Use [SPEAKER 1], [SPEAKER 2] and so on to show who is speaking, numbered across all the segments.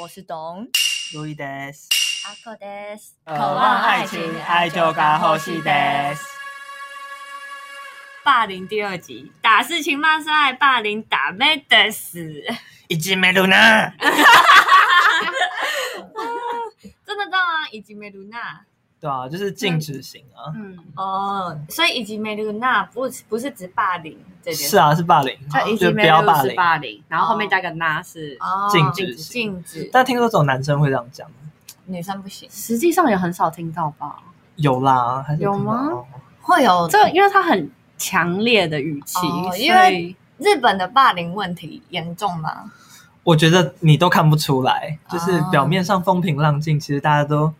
[SPEAKER 1] 我是董
[SPEAKER 2] 路易德斯，
[SPEAKER 1] 阿克德斯，
[SPEAKER 2] 渴望爱情，爱就该呼吸德斯。
[SPEAKER 1] 霸凌第二集，打是情，骂是爱，霸凌打妹的死，
[SPEAKER 2] 已经没路呢。
[SPEAKER 1] 真的到啊，以及梅露娜，
[SPEAKER 2] 对啊，就是禁止型啊。
[SPEAKER 3] 嗯，
[SPEAKER 1] 哦，所以以及梅露娜不不是指霸凌这件事，
[SPEAKER 2] 是啊，是霸凌，
[SPEAKER 3] 就一
[SPEAKER 2] 就
[SPEAKER 3] 级
[SPEAKER 2] 不
[SPEAKER 3] 没
[SPEAKER 2] 要
[SPEAKER 3] 有
[SPEAKER 2] 霸
[SPEAKER 3] 是
[SPEAKER 2] 凌。
[SPEAKER 3] 霸凌，然后后面加个那是，
[SPEAKER 1] 哦
[SPEAKER 2] 啊禁止
[SPEAKER 1] 禁止，
[SPEAKER 2] 但听说只有男生会这样讲，
[SPEAKER 1] 女生不行，
[SPEAKER 3] 实际上也很少听到吧？
[SPEAKER 2] 有啦，还是
[SPEAKER 3] 有
[SPEAKER 2] 听到
[SPEAKER 3] 吗
[SPEAKER 2] 哦
[SPEAKER 1] 会有
[SPEAKER 3] 这个因为它很强烈的语气，
[SPEAKER 1] 哦
[SPEAKER 3] 所以
[SPEAKER 1] 因为日本的霸凌问题严重吗？
[SPEAKER 2] 我觉得你都看不出来，就是
[SPEAKER 1] 啊
[SPEAKER 2] 表面上风平浪静，其实大家都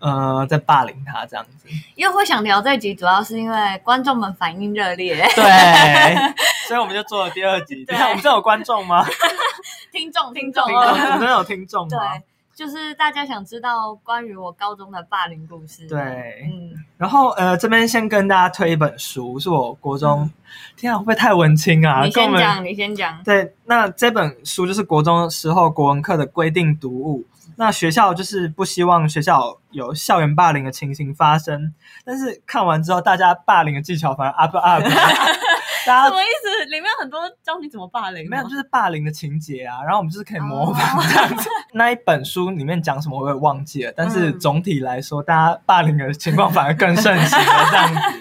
[SPEAKER 2] 呃在霸凌他这样子。
[SPEAKER 1] 因为会想聊这集，主要是因为观众们反应热烈，
[SPEAKER 2] 对，所以我们就做了第二集。等一下，我们这有观众吗？
[SPEAKER 1] 听众听众
[SPEAKER 2] 听众，我们这有听众
[SPEAKER 1] 对
[SPEAKER 2] 吗？，
[SPEAKER 1] 就是大家想知道关于我高中的霸凌故事。
[SPEAKER 2] 对。
[SPEAKER 1] 嗯，
[SPEAKER 2] 然后呃，这边先跟大家推一本书，是我国中。天啊，会不会太文青啊？
[SPEAKER 1] 你
[SPEAKER 2] 跟我
[SPEAKER 1] 先
[SPEAKER 2] 们
[SPEAKER 1] 讲，你先讲。
[SPEAKER 2] 对，那这本书就是国中时候国文课的规定读物。那学校就是不希望学校有校园霸凌的情形发生，但是看完之后，大家霸凌的技巧反而 up up，大
[SPEAKER 3] 什
[SPEAKER 2] 家
[SPEAKER 3] 么意思？里面很多教你怎么霸凌
[SPEAKER 2] 没
[SPEAKER 3] 吗，
[SPEAKER 2] 有就是霸凌的情节啊，然后我们就是可以模仿这样子。那一本书里面讲什么我也忘记了，但是
[SPEAKER 3] 嗯
[SPEAKER 2] 总体来说，大家霸凌的情况反而更盛行了这样子。
[SPEAKER 3] 哎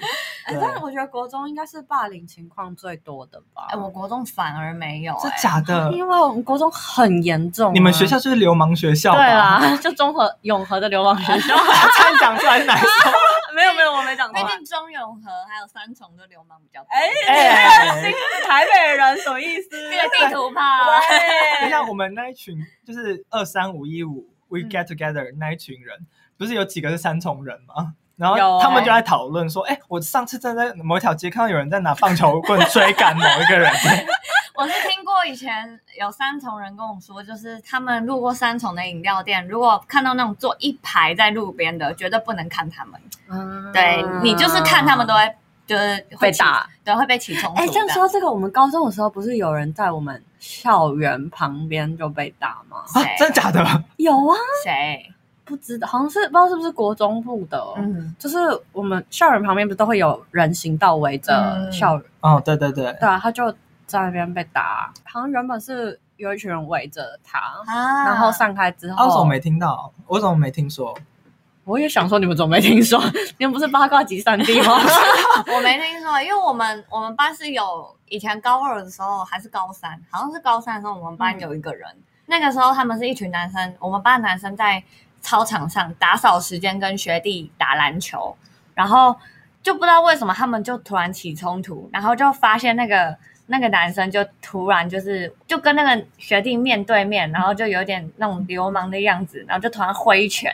[SPEAKER 2] 对
[SPEAKER 3] 但是我觉得国中应该是霸凌情况最多的吧？
[SPEAKER 1] 哎，我国中反而没有、
[SPEAKER 2] 真
[SPEAKER 1] 哎
[SPEAKER 2] 假的？
[SPEAKER 3] 因为我们国中很严重啊、
[SPEAKER 2] 你们学校就是流氓学校
[SPEAKER 3] 对
[SPEAKER 2] 吧？
[SPEAKER 3] 啦， 就综合永和的流氓学校，
[SPEAKER 2] 差点讲出来是哪一所？
[SPEAKER 3] 没有没有，我没讲
[SPEAKER 1] 毕
[SPEAKER 3] 错。
[SPEAKER 1] 竟中永和还有三重的流氓比较多。
[SPEAKER 3] 哎，
[SPEAKER 2] 哎
[SPEAKER 3] 新台北人什么意思？
[SPEAKER 1] 这个地图炮，啊
[SPEAKER 2] 等一
[SPEAKER 3] 对
[SPEAKER 2] 下，我们那一群就是二三五一五 we
[SPEAKER 3] 嗯
[SPEAKER 2] get together 那一群人，不是有几个是三重人吗？然后
[SPEAKER 3] 有
[SPEAKER 2] 他们
[SPEAKER 3] 欸
[SPEAKER 2] 就在讨论说，哎、我上次站在某一条街看到有人在拿棒球棍追赶某一个人，
[SPEAKER 1] 我是听过以前有三重人跟我说，就是他们路过三重的饮料店，如果看到那种坐一排在路边的，绝对不能看他们。
[SPEAKER 2] 嗯
[SPEAKER 1] 对你就是看他们都会就是会
[SPEAKER 3] 被
[SPEAKER 1] 起
[SPEAKER 3] 打，
[SPEAKER 1] 对，会被起冲突。
[SPEAKER 3] 哎，这样说，这个我们高中的时候不是有人在我们校园旁边就被打吗？
[SPEAKER 1] 谁
[SPEAKER 2] 啊真的假的？
[SPEAKER 3] 有啊，
[SPEAKER 1] 谁？
[SPEAKER 3] 不知道，好像是不知道是不是国中部的哦，
[SPEAKER 1] 嗯，
[SPEAKER 3] 就是我们校园旁边不是都会有人行道围着
[SPEAKER 1] 嗯
[SPEAKER 3] 校园，
[SPEAKER 2] 哦，对对对，
[SPEAKER 3] 对啊，他就在那边被打，好像原本是有一群人围着他，
[SPEAKER 1] 啊
[SPEAKER 3] 然后散开之
[SPEAKER 2] 啊，我怎
[SPEAKER 3] 后，
[SPEAKER 2] 么没听到？我怎么没听说？
[SPEAKER 3] 我也想说你们怎么没听说？ 你们不是八卦集散地 吗？
[SPEAKER 1] 我没听说，因为我们我们班是有以前高二的时候还是高三，好像是高三的时候，我们班
[SPEAKER 3] 嗯
[SPEAKER 1] 有一个人，那个时候他们是一群男生，我们班的男生在操场上打扫时间跟学弟打篮球，然后就不知道为什么他们就突然起冲突，然后就发现那个。那个男生就突然就是就跟那个学弟面对面，然后就有点那种流氓的样子，然后就突然挥拳，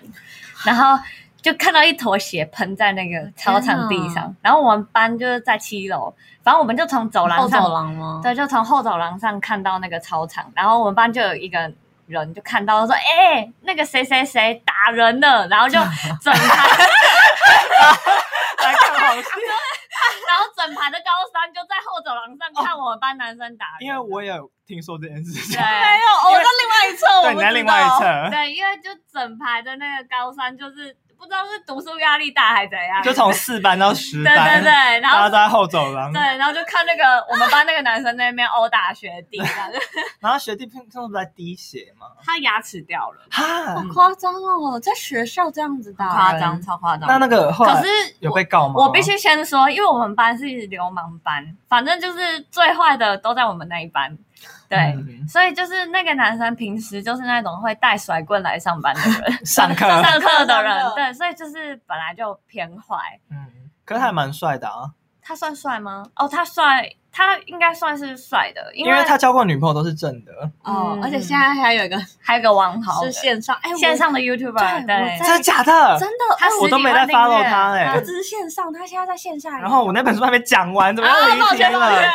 [SPEAKER 1] 然后就看到一坨血喷在那个操场地
[SPEAKER 3] 天
[SPEAKER 1] 上。然后我们班就是在七楼，反正我们就从走廊
[SPEAKER 3] 后
[SPEAKER 1] 上，
[SPEAKER 3] 走廊吗？
[SPEAKER 1] 对，就从后走廊上看到那个操场。然后我们班就有一个人就看到说：“哎、那个谁谁谁打人了。”然后就整排，
[SPEAKER 2] 来看好戏，
[SPEAKER 1] 然后整排的高三就在后走廊上看我们班男生打人，啊
[SPEAKER 2] 因为我也有听说这件事情
[SPEAKER 1] 对。
[SPEAKER 3] 没有，我在另外一侧，
[SPEAKER 2] 对，
[SPEAKER 3] 我
[SPEAKER 1] 啊
[SPEAKER 2] 你
[SPEAKER 3] 不
[SPEAKER 2] 在
[SPEAKER 3] 知
[SPEAKER 2] 另外一
[SPEAKER 3] 道
[SPEAKER 2] 侧，
[SPEAKER 1] 对，因为就整排的那个高三就是不知道是读书压力大还是怎样，
[SPEAKER 2] 就从四班到十
[SPEAKER 1] 对
[SPEAKER 2] 班，
[SPEAKER 1] 对对，然
[SPEAKER 2] 大家
[SPEAKER 1] 后
[SPEAKER 2] 都在后走廊，
[SPEAKER 1] 对，然后就看那个我们班那个男生在那边殴打学弟，这样
[SPEAKER 2] 然后学弟碰碰不在滴血嘛，
[SPEAKER 1] 他牙齿掉了，
[SPEAKER 2] 哈
[SPEAKER 3] 好， 夸张哦，在学校这样子打人，
[SPEAKER 1] 夸张，超夸张。
[SPEAKER 2] 那那个后
[SPEAKER 1] 可
[SPEAKER 2] 来
[SPEAKER 1] 是
[SPEAKER 2] 有被告吗？
[SPEAKER 1] 我必须先说，因为我们班是流氓班，反正就是最坏的都在我们那一班，对。
[SPEAKER 2] 嗯
[SPEAKER 1] 所以就是那个男生平时就是那种会带甩棍来上班的人，
[SPEAKER 2] 上课，
[SPEAKER 1] 上课的人，
[SPEAKER 3] 上课
[SPEAKER 1] 对，所以就是本来就偏坏。
[SPEAKER 2] 嗯，可是他还蛮帅的啊，
[SPEAKER 1] 他算帅吗？哦，他帅，他应该算是帅的，因
[SPEAKER 2] 因为他交过女朋友都是正的，
[SPEAKER 3] 哦而且现
[SPEAKER 1] 在还有一个还有个网红
[SPEAKER 3] 是线上，哎，我
[SPEAKER 1] 线上的 YouTuber，
[SPEAKER 3] 对
[SPEAKER 1] 对
[SPEAKER 3] 我在
[SPEAKER 2] 真的假的？
[SPEAKER 3] 真的，
[SPEAKER 1] 他
[SPEAKER 3] 哎
[SPEAKER 1] 十
[SPEAKER 2] 我
[SPEAKER 1] 几
[SPEAKER 2] 都没在
[SPEAKER 1] 万订阅
[SPEAKER 2] follow 他哎
[SPEAKER 3] 我不
[SPEAKER 1] 嗯
[SPEAKER 3] 只是线上，他现在在线下也有。
[SPEAKER 2] 然后我那本书还没讲完，怎么 样
[SPEAKER 1] 抱
[SPEAKER 2] 离题
[SPEAKER 1] 歉抱
[SPEAKER 2] 了
[SPEAKER 1] 歉？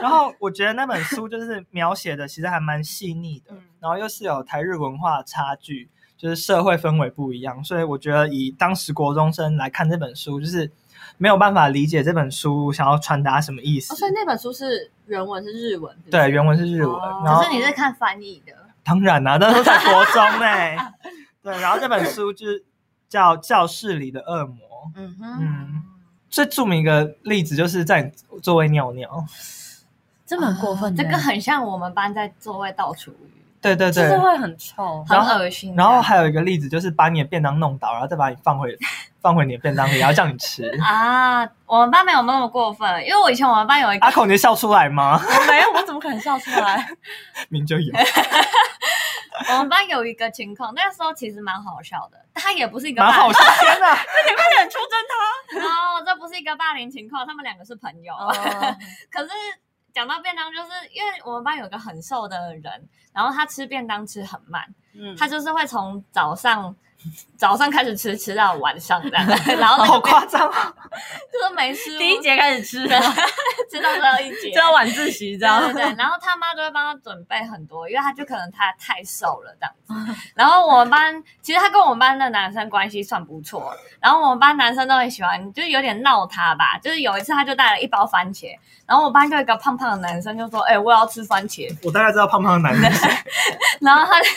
[SPEAKER 2] 然后我觉得那本书就是描写的其实还蛮细腻的，然后又是有台日文化差距，就是社会氛围不一样，所以我觉得以当时国中生来看这本书，就是没有办法理解这本书想要传达什么意思
[SPEAKER 3] 哦哦，。所以那本书是原文是日文，是不是
[SPEAKER 2] 对，原文是日文，
[SPEAKER 3] 哦
[SPEAKER 2] 然后
[SPEAKER 1] 可是你是看翻译的，
[SPEAKER 2] 当然啦、那时候才国中哎、 对，然后这本书就是叫《教室里的恶魔》。
[SPEAKER 1] 嗯
[SPEAKER 2] 嗯
[SPEAKER 1] 哼，
[SPEAKER 2] 最著名一个例子就是在你座位尿尿，
[SPEAKER 3] 这蛮过分的
[SPEAKER 1] 这
[SPEAKER 3] 欸，
[SPEAKER 1] 个很像我们班在座位倒厨余，
[SPEAKER 2] 对对
[SPEAKER 3] 就
[SPEAKER 2] 对
[SPEAKER 3] 是。会很臭。
[SPEAKER 1] 很
[SPEAKER 2] 然后
[SPEAKER 1] 恶心的。
[SPEAKER 2] 然后还有一个例子就是把你的便当弄倒，然后再把你放回 放回你的便当里，然后叫你吃。
[SPEAKER 1] 啊，我们班没有那么过分，因为我以前我们班有一个
[SPEAKER 2] 阿孔，你笑出来吗？
[SPEAKER 3] 我没有，我怎么可能笑出 来？
[SPEAKER 2] 明就 有，
[SPEAKER 1] 我们班有一个情况，那时候其实蛮好笑的，他也不是一个
[SPEAKER 2] 蛮
[SPEAKER 1] 霸
[SPEAKER 2] 好
[SPEAKER 1] 凌，
[SPEAKER 2] 笑。天哪！
[SPEAKER 3] 快点出征
[SPEAKER 1] 哦，这不是一个霸凌情况，他们两个是朋友。
[SPEAKER 3] 他！
[SPEAKER 1] 可是讲到便当，就是因为我们班有个很瘦的人，然后他吃便当吃很慢，
[SPEAKER 3] 嗯
[SPEAKER 1] 他就是会从早上。早上开始吃，吃到晚上这样，然后那
[SPEAKER 2] 好
[SPEAKER 1] 个
[SPEAKER 2] 夸张啊！
[SPEAKER 1] 就是没吃
[SPEAKER 3] 第一节开始 吃，
[SPEAKER 1] 吃到最后一节，
[SPEAKER 3] 就要晚自习这样
[SPEAKER 1] 对。对对，然后他妈就会帮他准备很多，因为他就可能他太瘦了这样子。然后我们班其实他跟我们班的男生关系算不错，然后我们班男生都很喜欢，就是有点闹他吧。就是有一次他就带了一包番茄，然后我班就有一个胖胖的男生就说：“哎、我要吃番茄。
[SPEAKER 2] 我大概知道胖胖的男人，”
[SPEAKER 1] 然后他就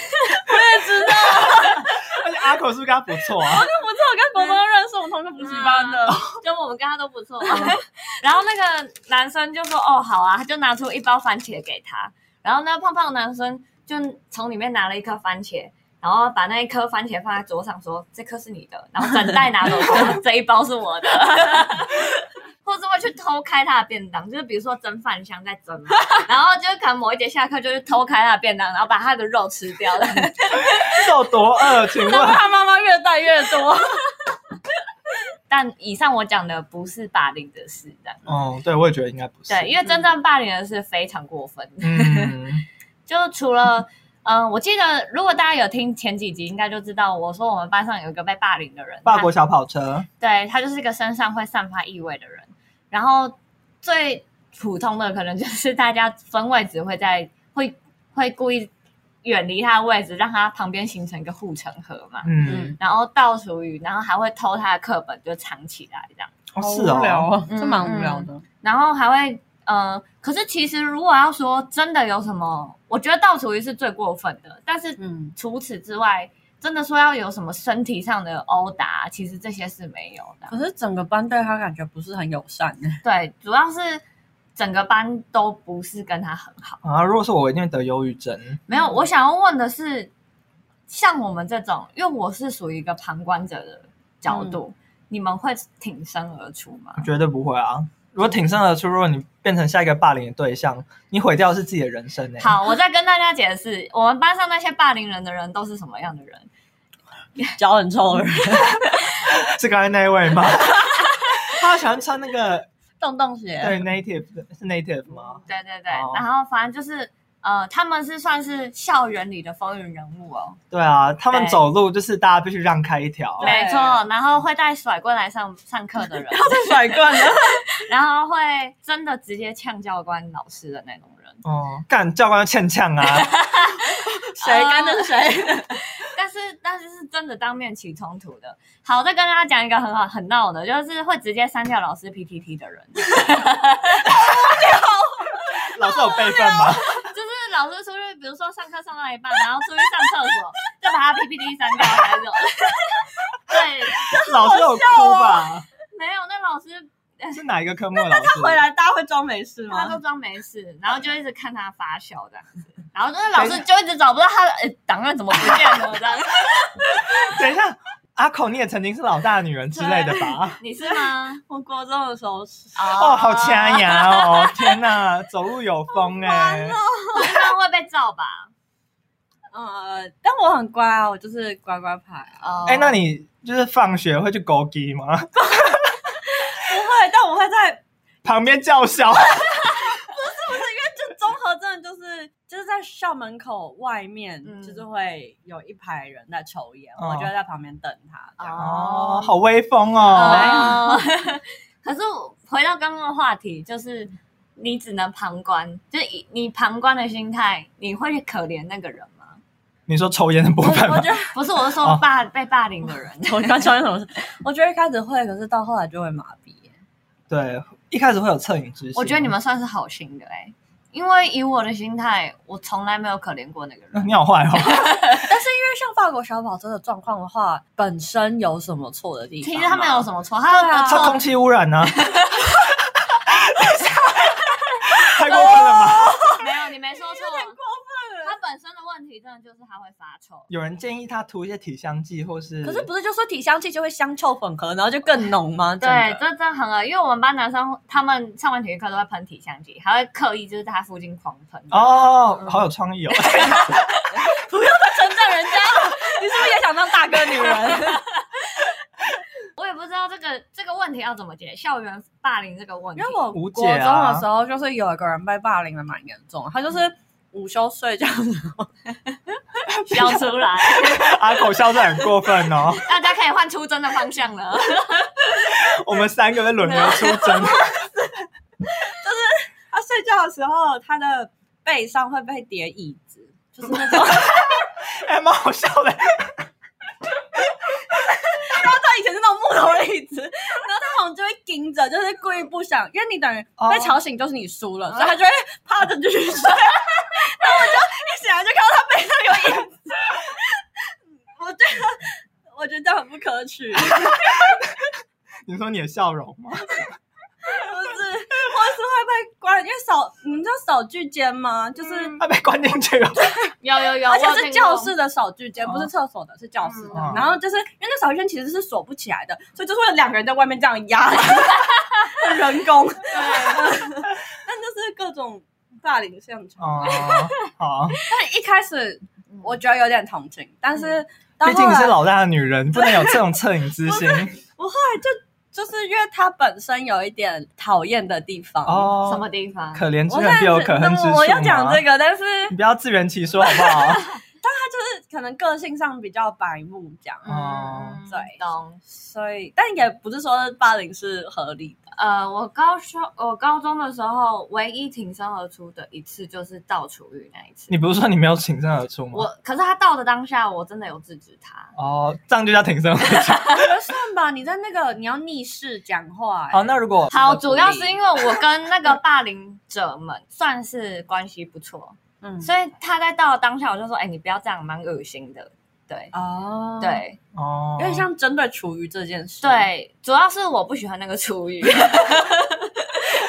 [SPEAKER 2] 而且阿孔是不是跟他不错啊？
[SPEAKER 3] 我知道 我跟国中认识，我们同一个补习班的。
[SPEAKER 1] 啊就我们跟他都不错。 然后那个男生就说：“哦，好啊。”他就拿出一包番茄给他。然后那胖胖的男生就从里面拿了一颗番茄，然后把那一颗番茄放在桌上，说：“这颗是你的。”然后整袋拿走，说：“这一包是我的。” 或是会去偷开他的便当，就是比如说蒸饭箱在 蒸嘛，然后就是可能某一节下课就去偷开他的便当，然后把他的肉吃掉了。
[SPEAKER 2] 有多饿？请
[SPEAKER 3] 难 怪
[SPEAKER 2] 问
[SPEAKER 3] 他妈妈越带越多。
[SPEAKER 1] 但以上我讲的不是霸凌的事，这样
[SPEAKER 2] 哦，对，我也觉得应该不是。
[SPEAKER 1] 对，因为真正霸凌的事非常过分。
[SPEAKER 2] 嗯，
[SPEAKER 1] 就除 了，嗯、我记得如果大家有听前几集，应该就知道我说我们班上有一个被霸凌的人，
[SPEAKER 2] 法国小跑车，
[SPEAKER 1] 他对他就是一个身上会散发异味的人。然后最普通的可能就是大家分位置会在会会故意远离他的位置，让他旁边形成一个护城河嘛。
[SPEAKER 2] 嗯，
[SPEAKER 1] 然后倒数语，然后还会偷他的课本就藏起来这样，
[SPEAKER 2] 哦
[SPEAKER 3] 好
[SPEAKER 2] 是
[SPEAKER 3] 无聊
[SPEAKER 2] 哦，
[SPEAKER 3] 啊，
[SPEAKER 1] 嗯
[SPEAKER 3] 这蛮无聊的。
[SPEAKER 1] 然后还会。呃，可是其实如果要说真的有什么，我觉得倒数语是最过分的，但是
[SPEAKER 3] 嗯，
[SPEAKER 1] 除此之外，真的说要有什么身体上的殴打，其实这些是没有的。
[SPEAKER 3] 可是整个班对他感觉不是很友善欸呢。
[SPEAKER 1] 对，主要是整个班都不是跟他很好。
[SPEAKER 2] 啊，如果是我，我一定会得忧郁症。
[SPEAKER 1] 没有，我想要问的是，像我们这种，因为我是属于一个旁观者的角度，你们会挺身而出吗？
[SPEAKER 2] 绝对不会啊！如果挺身而出，如果你变成下一个霸凌的对象，你毁掉的是自己的人生呢、欸。
[SPEAKER 1] 好，我再跟大家解释，我们班上那些霸凌人的人都是什么样的人？
[SPEAKER 3] 脚很臭的人，
[SPEAKER 2] 是刚才那一位吗？他喜欢穿那个
[SPEAKER 3] 洞洞鞋。
[SPEAKER 2] 对 native 的是 native 吗？
[SPEAKER 1] 对对对，
[SPEAKER 2] 哦
[SPEAKER 1] 然后反正就是呃，他们是算是校园里的风云人物哦。
[SPEAKER 2] 对啊，他们
[SPEAKER 1] 对
[SPEAKER 2] 走路就是大家必须让开一条。
[SPEAKER 3] 对
[SPEAKER 1] 没错，然后会带甩棍来上上课的人，
[SPEAKER 3] 他在甩棍了，
[SPEAKER 1] 然后会真的直接呛教官、老师的那种人。
[SPEAKER 2] 哦，干教官要欠呛啊！
[SPEAKER 3] 谁跟着谁？
[SPEAKER 1] 但是，但是是真的当面起冲突的。好，再跟大家讲一个很好很闹的，就是会直接删掉老师 PPT 的人，就
[SPEAKER 2] 老师有备份吗？
[SPEAKER 1] 是老师出去，比如说上课上到一半，然后出去上厕所，就把他 PPT 删掉那种。 对，
[SPEAKER 2] 老师有哭吧？
[SPEAKER 1] 没有，那老师
[SPEAKER 2] 是哪一个科目的老师？
[SPEAKER 3] 回来大家会装没事
[SPEAKER 1] 他
[SPEAKER 3] 吗
[SPEAKER 1] 都？装没事，然后就一直看他发笑这样子，然后那老师就一直找不到他的呃档案怎么不见了这样。
[SPEAKER 2] 等一下，阿孔你也曾经是老大的女人之类的吧？
[SPEAKER 1] 你是吗？
[SPEAKER 3] 我国中的时候是，
[SPEAKER 2] 哦，好掐牙
[SPEAKER 3] 啊
[SPEAKER 2] 哦！天哪，走路有风哎、
[SPEAKER 3] 哦
[SPEAKER 1] 这样会被照吧？
[SPEAKER 3] 呃，但我很乖啊，我就是乖乖牌啊。
[SPEAKER 1] 哦
[SPEAKER 2] 哎、那你就是放学会去勾机吗？
[SPEAKER 3] 不会，但我会在，
[SPEAKER 2] 旁边叫嚣，
[SPEAKER 3] 就综合症就是就是在校门口外面，
[SPEAKER 1] 嗯
[SPEAKER 3] 就是会有一排人在抽烟，
[SPEAKER 2] 哦
[SPEAKER 3] 我就会在旁边等他。这样
[SPEAKER 2] 哦，好威风哦！
[SPEAKER 1] 哦。 可是我回到刚刚的话题，就是你只能旁观，就是以你旁观的心态，你会可怜那个人吗？
[SPEAKER 2] 你说抽烟的部分
[SPEAKER 3] 我
[SPEAKER 2] 吗
[SPEAKER 3] 觉？得
[SPEAKER 1] 不是，我是说
[SPEAKER 2] 哦
[SPEAKER 1] 霸、被霸凌的人。
[SPEAKER 3] 我刚抽烟什么事？ 我觉得一开始会，可是到后来就会麻痹耶。
[SPEAKER 2] 对，一开始会有恻隐之心。
[SPEAKER 1] 我觉得你们算是好心的哎、因为以我的心态，我从来没有可怜过那个人。
[SPEAKER 2] 你好 坏哦。
[SPEAKER 3] 但是因为像法国小跑车的状况的话，本身有什么错的地方
[SPEAKER 1] 其
[SPEAKER 3] 吗？
[SPEAKER 1] 实他没有什么错，他
[SPEAKER 3] 对啊
[SPEAKER 1] 的
[SPEAKER 2] 它
[SPEAKER 1] 错
[SPEAKER 2] 空气污染呢、 啊？太过分了吧？
[SPEAKER 1] 没有，你没说错。
[SPEAKER 3] 分
[SPEAKER 1] 他本身的问题真的就是他会发臭。
[SPEAKER 2] 有人建议他涂一些体香剂，或是
[SPEAKER 3] 可是不是就说体香气就会香臭混合，然后就更浓吗？真
[SPEAKER 1] 对，
[SPEAKER 3] 的
[SPEAKER 1] 这真的很恶，因为我们班男生他们上完体育课都会喷体香剂，还会刻意就是在他附近狂喷。
[SPEAKER 2] 哦，好有创 意哦！
[SPEAKER 3] 不要再称赞人家了，你是不是也想当大哥女人？
[SPEAKER 1] 我也不知道这个这个问题要怎么解，校园霸凌这个问题。
[SPEAKER 3] 因为我
[SPEAKER 2] 无
[SPEAKER 3] 国
[SPEAKER 2] 解
[SPEAKER 3] 中
[SPEAKER 2] 啊嗯
[SPEAKER 3] 的时候，就是有一个人被霸凌的蛮严重的，他就是午休睡觉的时候，
[SPEAKER 1] 笑出来，
[SPEAKER 2] 阿狗笑得很过分哦，
[SPEAKER 1] 大家可以换出征的方向了。
[SPEAKER 2] 我们三个被轮流出 征。
[SPEAKER 3] 他睡觉的时候，他的背上会被叠椅子，就是那种。
[SPEAKER 2] 哎，蛮好笑的。
[SPEAKER 3] 他以前是那种木头的椅子，然后他好像就会盯着，就是故意不想，因为你等于
[SPEAKER 2] 哦
[SPEAKER 3] 被吵醒就是你输了，所以他就会趴着继续睡。 然后我就一醒来就看到他背上有椅子， 我觉得我觉得这样很不可取，就是
[SPEAKER 2] 你说你的笑容吗？
[SPEAKER 3] 或者是会被关，因为扫你们知道扫具间吗？就是。
[SPEAKER 2] 他被关进去了。
[SPEAKER 1] 有有有，
[SPEAKER 3] 而且
[SPEAKER 1] 嗯我有
[SPEAKER 3] 是
[SPEAKER 1] 听过哦
[SPEAKER 3] 教室的扫具间，不是厕所的，是教室的。
[SPEAKER 2] 嗯
[SPEAKER 3] 然后就是因为那扫具间其实是锁不起来的，所以就是会有两个人在外面这样压，很 人工。
[SPEAKER 1] 对，
[SPEAKER 3] 但就是各种霸凌现场。
[SPEAKER 2] 哦，好，
[SPEAKER 3] 但一开始我觉得有点同情，但
[SPEAKER 1] 嗯
[SPEAKER 3] 是到
[SPEAKER 2] 毕
[SPEAKER 3] 后
[SPEAKER 2] 竟你
[SPEAKER 3] 来
[SPEAKER 2] 是老大的女人，不能有这种恻隐之心
[SPEAKER 3] 就是因为他本身有一点讨厌的地方。
[SPEAKER 2] 哦。
[SPEAKER 1] 什么地方？
[SPEAKER 2] 可怜之
[SPEAKER 3] 我现
[SPEAKER 2] 人
[SPEAKER 3] 在
[SPEAKER 2] 必有可恨之处
[SPEAKER 3] 我我要讲这
[SPEAKER 2] 个，
[SPEAKER 3] 个，但是
[SPEAKER 2] 你不要自圆其说好不好？
[SPEAKER 3] 他就是可能个性上比较白目这样，
[SPEAKER 2] 哦
[SPEAKER 1] 嗯
[SPEAKER 3] 对
[SPEAKER 1] 懂。
[SPEAKER 3] 所以但也不是说霸凌是合理的。
[SPEAKER 1] 呃，我高中我高中的时候，唯一挺身而出的一次就是倒厨余那一次
[SPEAKER 2] 你。不是说你没有挺身而出吗？
[SPEAKER 1] 我可是他倒的当下，我真的有制止他。
[SPEAKER 2] 哦，这样就叫挺身而出。
[SPEAKER 3] 我觉得算吧，你在那个你要逆势讲话、欸
[SPEAKER 2] 好，哦那如果
[SPEAKER 1] 好，
[SPEAKER 3] 我不
[SPEAKER 1] 主要是
[SPEAKER 3] 理
[SPEAKER 1] 因为我跟那个霸凌者们算是关系不错，
[SPEAKER 3] 嗯，
[SPEAKER 1] 所以他在到了当下，我就说：“哎、你不要这样，蛮恶心的。”对，
[SPEAKER 3] 哦，，
[SPEAKER 1] 对，
[SPEAKER 2] 哦，
[SPEAKER 3] 有点像针对厨余这件事。，
[SPEAKER 1] 对，主要是我不喜欢那个厨余。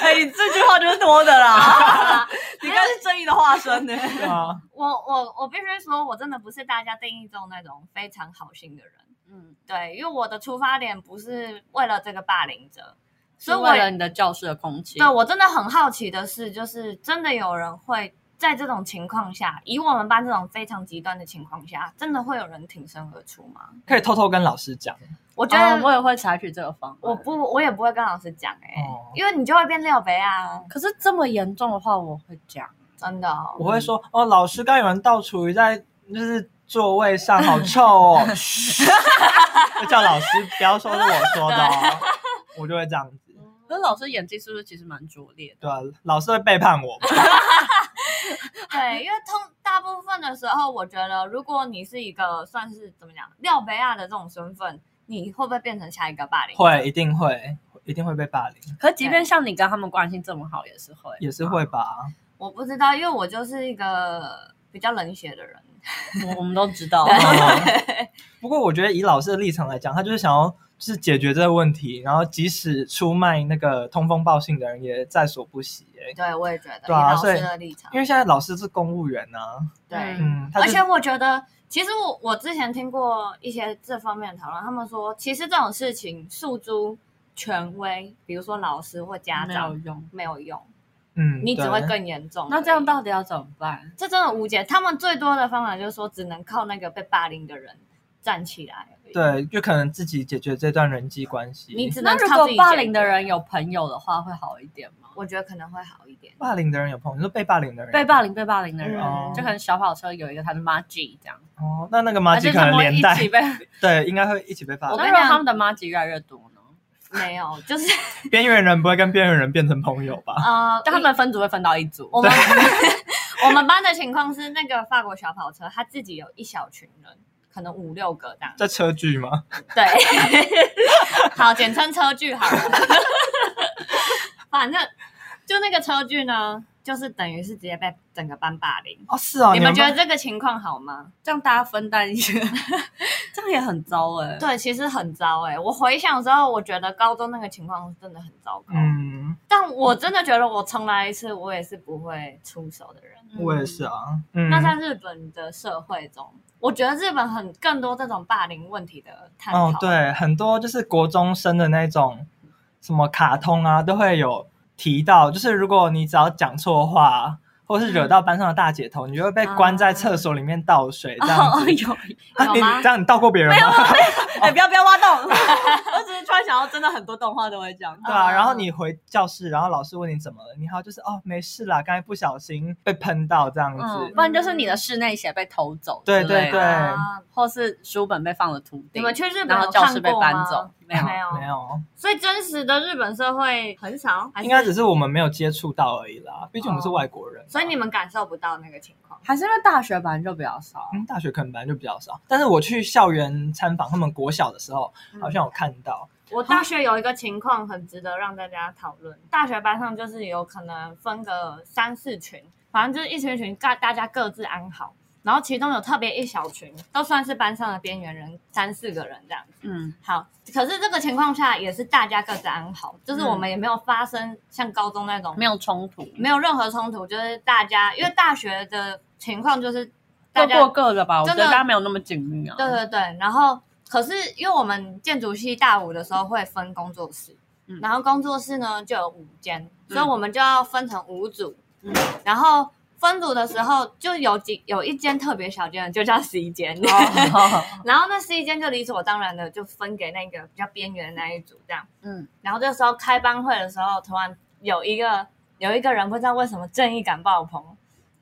[SPEAKER 3] 哎、你这句话就是多的啦，你看是正义的化身呢、
[SPEAKER 2] 对啊，
[SPEAKER 1] 我我我必须说，我真的不是大家定义中那种非常好心的人。
[SPEAKER 3] 嗯，
[SPEAKER 1] 对，因为我的出发点不是为了这个霸凌者，所
[SPEAKER 3] 是
[SPEAKER 1] 以我
[SPEAKER 3] 为了你的教室的空气。
[SPEAKER 1] 对我真的很好奇的是，就是真的有人会在这种情况下，以我们班这种非常极端的情况下，真的会有人挺身而出吗？
[SPEAKER 2] 可以偷偷跟老师讲。
[SPEAKER 1] 我
[SPEAKER 3] 我
[SPEAKER 1] 觉得
[SPEAKER 3] 哦我也会采取这个方案。
[SPEAKER 1] 我不我也不会跟老师讲哎、
[SPEAKER 2] 哦
[SPEAKER 1] 因为你就会变六杯啊，
[SPEAKER 3] 可是这么严重的话，我会讲。
[SPEAKER 1] 真的、哦。
[SPEAKER 2] 我会说哦，老师，刚有人倒厨余在就是座位上，好 臭哦，嘘就叫老师不要说是我说的哦，我就会这样子。
[SPEAKER 3] 可是老师演技是不是其实蛮拙劣的？
[SPEAKER 2] 对啊，老师会背叛我，
[SPEAKER 1] 对，因为通大部分的时候，我觉得如果你是一个算是怎么讲廖杯亚的这种身份，你会不会变成下一个霸凌？
[SPEAKER 2] 会一定会一定会被霸凌，
[SPEAKER 3] 可即便像你跟他们关系这么好，也是会。
[SPEAKER 2] 也是会吧？
[SPEAKER 1] 我不知道，因为我就是一个比较冷血的人。
[SPEAKER 3] 我我们都知 道。
[SPEAKER 2] 哦不过我觉得以老师的立场来讲，他就是想要就是解决这个问题，然后即使出卖那个通风报信的人也在所不惜、欸。
[SPEAKER 1] 对，我也觉得，以
[SPEAKER 2] 对啊
[SPEAKER 1] 老
[SPEAKER 2] 所
[SPEAKER 1] 师
[SPEAKER 2] 以
[SPEAKER 1] 的立场
[SPEAKER 2] 因，为现在老师是公务员啊，
[SPEAKER 1] 对。
[SPEAKER 3] 嗯
[SPEAKER 2] 嗯，他
[SPEAKER 1] 而
[SPEAKER 2] 就
[SPEAKER 1] 且我觉得，其实我我之前听过一些这方面的讨论，他们说，其实这种事情诉诸权威，比如说老师或家
[SPEAKER 3] 没有
[SPEAKER 1] 长，
[SPEAKER 3] 用。
[SPEAKER 1] 没有用，
[SPEAKER 2] 嗯，
[SPEAKER 1] 你只
[SPEAKER 2] 对
[SPEAKER 1] 会更严重。
[SPEAKER 3] 那这样到底要怎么办？
[SPEAKER 1] 这真的无解。他们最多的方法就是说，只能靠那个被霸凌的人站起来而已。，
[SPEAKER 2] 对，就可能自己解决这段人际关系。
[SPEAKER 1] 你只能
[SPEAKER 3] 那如
[SPEAKER 1] 靠自
[SPEAKER 3] 果
[SPEAKER 1] 己。
[SPEAKER 3] 霸凌的，人有朋友的话，会好一点吗？
[SPEAKER 1] 我觉得可能会好一点。
[SPEAKER 2] 霸凌的人有朋友，你说被霸凌的人
[SPEAKER 3] 被霸凌被霸凌的人，
[SPEAKER 2] 嗯
[SPEAKER 3] 就可能小跑车有一个他的妈吉这样，
[SPEAKER 2] 哦，那那个马
[SPEAKER 3] 而
[SPEAKER 2] 吉
[SPEAKER 3] 且
[SPEAKER 2] 可
[SPEAKER 3] 他
[SPEAKER 2] 能
[SPEAKER 3] 们会
[SPEAKER 2] 连
[SPEAKER 3] 一
[SPEAKER 2] 带
[SPEAKER 3] 起被。
[SPEAKER 2] 对，应该会一起被霸
[SPEAKER 3] 我
[SPEAKER 1] 我
[SPEAKER 2] 凌。
[SPEAKER 1] 跟
[SPEAKER 3] 跟
[SPEAKER 1] 你
[SPEAKER 3] 你
[SPEAKER 1] 讲
[SPEAKER 3] 说，他们的妈吉越来越多呢，
[SPEAKER 1] 没有，就是
[SPEAKER 2] 边缘人不会跟边缘人变成朋友吧？
[SPEAKER 1] 呃，
[SPEAKER 3] 但他们分组会分到一组。
[SPEAKER 1] 我们 我们班的情况是，那个法国小跑车他自己有一小群人，可能五六个这样。
[SPEAKER 2] 这车距吗？
[SPEAKER 1] 对， 好，简称车距好了。反正就那个车距呢，就是等于是直接被整个班霸凌。
[SPEAKER 2] 哦，是哦，
[SPEAKER 1] 你们觉
[SPEAKER 2] 班
[SPEAKER 1] 得这个情况好吗？
[SPEAKER 3] 这样大家分担一些，这样也很糟哎、
[SPEAKER 1] 对，其实很糟哎、我回想之后，我觉得高中那个情况真的很糟糕。
[SPEAKER 2] 嗯，
[SPEAKER 1] 但我真的觉得我重来一次，我也是不会出手的人。
[SPEAKER 3] 嗯
[SPEAKER 2] 我也是。啊，嗯，
[SPEAKER 1] 那在日本的社会中，我觉得日本很更多这种霸凌问题的探讨。
[SPEAKER 2] 哦，，对，很多就是国中生的那种什么卡通啊，都会有提到，就是如果你只要讲错话，或是惹到班上的大姐头，你就会被关在厕所里面倒水这样
[SPEAKER 3] 哦，
[SPEAKER 2] 子。
[SPEAKER 3] 有，
[SPEAKER 2] 啊
[SPEAKER 1] 有
[SPEAKER 2] 你
[SPEAKER 1] 吗
[SPEAKER 2] 这样你倒过别人吗？
[SPEAKER 3] 哎、不要不要 挖洞，我只是突然想到，真的很多动画都会这样。
[SPEAKER 2] 对啊，然
[SPEAKER 1] 嗯
[SPEAKER 2] 后你回教室，然后老师问你怎么了，你还有就是哦没事啦，刚才不小心被喷到这样
[SPEAKER 3] 嗯，
[SPEAKER 2] 子。
[SPEAKER 3] 不然就是你的室内鞋被偷走，
[SPEAKER 2] 对对对，，
[SPEAKER 1] 啊，
[SPEAKER 3] 或是书本被放了土地，
[SPEAKER 1] 你们去日本
[SPEAKER 3] 然
[SPEAKER 1] 有
[SPEAKER 3] 后教室
[SPEAKER 1] 看
[SPEAKER 3] 被
[SPEAKER 1] 过吗？
[SPEAKER 3] 搬走，没有。
[SPEAKER 1] 没有
[SPEAKER 2] 没有，
[SPEAKER 1] 所以真实的日本社会很少，还
[SPEAKER 2] 应该只是我们没有接触到而已啦，毕竟我们是
[SPEAKER 1] 哦
[SPEAKER 2] 外国人嘛。
[SPEAKER 1] 所以你们感受不到那个情况。
[SPEAKER 3] 还是因为大学本来就比较少，
[SPEAKER 2] 嗯，大学可能本来就比较少，但是我去校园参访他们国小的时候，
[SPEAKER 1] 嗯
[SPEAKER 2] 好像有看到，
[SPEAKER 1] 我大学有一个情况很值得让大家讨论，大学班上就是有可能分个三四群，反正就是一群一群大大家各自安好，然后其中有特别一小群，都算是班上的边缘人，三四个人这样子。
[SPEAKER 3] 嗯，
[SPEAKER 1] 好，可是这个情况下也是大家各自安好，就是我们也没有发生像高中那种
[SPEAKER 3] 嗯没有冲突，
[SPEAKER 1] 没有任何冲突，就是大家因为大学的情况就是大
[SPEAKER 3] 各
[SPEAKER 1] 家
[SPEAKER 3] 过各的吧。我觉
[SPEAKER 1] 真
[SPEAKER 3] 得
[SPEAKER 1] 的
[SPEAKER 3] 大家没有那么紧密啊。
[SPEAKER 1] 对 对对，然后可是因为我们建筑系大五的时候会分工作室，
[SPEAKER 3] 嗯
[SPEAKER 1] 然后工作室呢就有五间，
[SPEAKER 3] 嗯
[SPEAKER 1] 所以我们就要分成五组，
[SPEAKER 3] 嗯
[SPEAKER 1] 然后分组的时候就有几有一间特别小间的，就叫 C 间，
[SPEAKER 3] 哦，
[SPEAKER 1] 然后那 C 间就理所当然的就分给那个比较边缘的那一组这样，
[SPEAKER 3] 嗯，
[SPEAKER 1] 然后这时候开班会的时候，突然有一个有一个人不知道为什么正义感爆棚，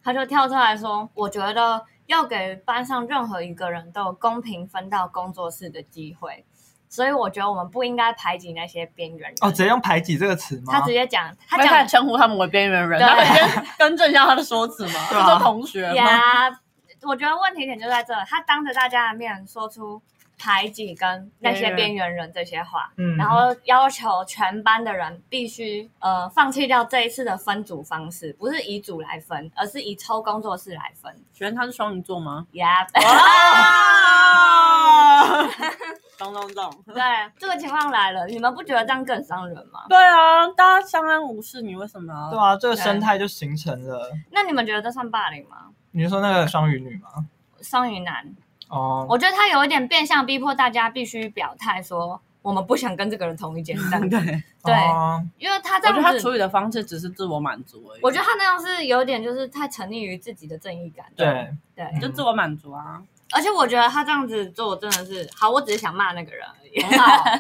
[SPEAKER 1] 他就跳出来说：“我觉得要给班上任何一个人都有公平分到工作室的机会，所以我觉得我们不应该排挤那些边缘人。”
[SPEAKER 2] 哦，直接用排挤这个词吗？
[SPEAKER 1] 他 直接讲，他
[SPEAKER 3] 没法
[SPEAKER 1] 讲
[SPEAKER 3] 称呼他们为边缘人，
[SPEAKER 1] 对
[SPEAKER 3] 他们先更正一下他的说辞嘛，
[SPEAKER 2] 对
[SPEAKER 3] 叫
[SPEAKER 2] 啊
[SPEAKER 3] 做同学嘛。
[SPEAKER 1] 呀，啊我觉得问题点就在这，他当着大家的面说出排挤跟那些边缘人这些话，
[SPEAKER 2] 嗯
[SPEAKER 1] 然后要求全班的人必须呃放弃掉这一次的分组方式，不是以组来分，而是以抽工作室来分。
[SPEAKER 3] 觉得他是双鱼座吗？
[SPEAKER 1] 呀、
[SPEAKER 3] 啊，懂懂懂。
[SPEAKER 1] 对，这个情况来了，你们不觉得这样更伤人吗？
[SPEAKER 3] 对啊，大家相安无事，你为什么
[SPEAKER 2] 对
[SPEAKER 3] 要？
[SPEAKER 2] 啊，这个生态就形成了。
[SPEAKER 1] 那你们觉得这算霸凌吗？
[SPEAKER 2] 你是说那个双鱼女吗？
[SPEAKER 1] 双鱼男，
[SPEAKER 2] 哦，
[SPEAKER 1] 我觉得他有一点变相逼迫大家必须表态说，我们不想跟这个人同 一间站，
[SPEAKER 3] 对，
[SPEAKER 1] 对
[SPEAKER 2] 哦
[SPEAKER 1] 因为他
[SPEAKER 3] 我
[SPEAKER 1] 这
[SPEAKER 3] 觉
[SPEAKER 1] 样
[SPEAKER 3] 得他
[SPEAKER 1] 子
[SPEAKER 3] 处。理的方式只是自我满足而已。
[SPEAKER 1] 我觉得他那样是有点就是太沉溺于自己的正义感。
[SPEAKER 2] 对，
[SPEAKER 1] 对，
[SPEAKER 3] 就自我满足啊，
[SPEAKER 1] 而且我觉得他这样子做真的是好，我只是想骂那个人而已。
[SPEAKER 3] 很好，啊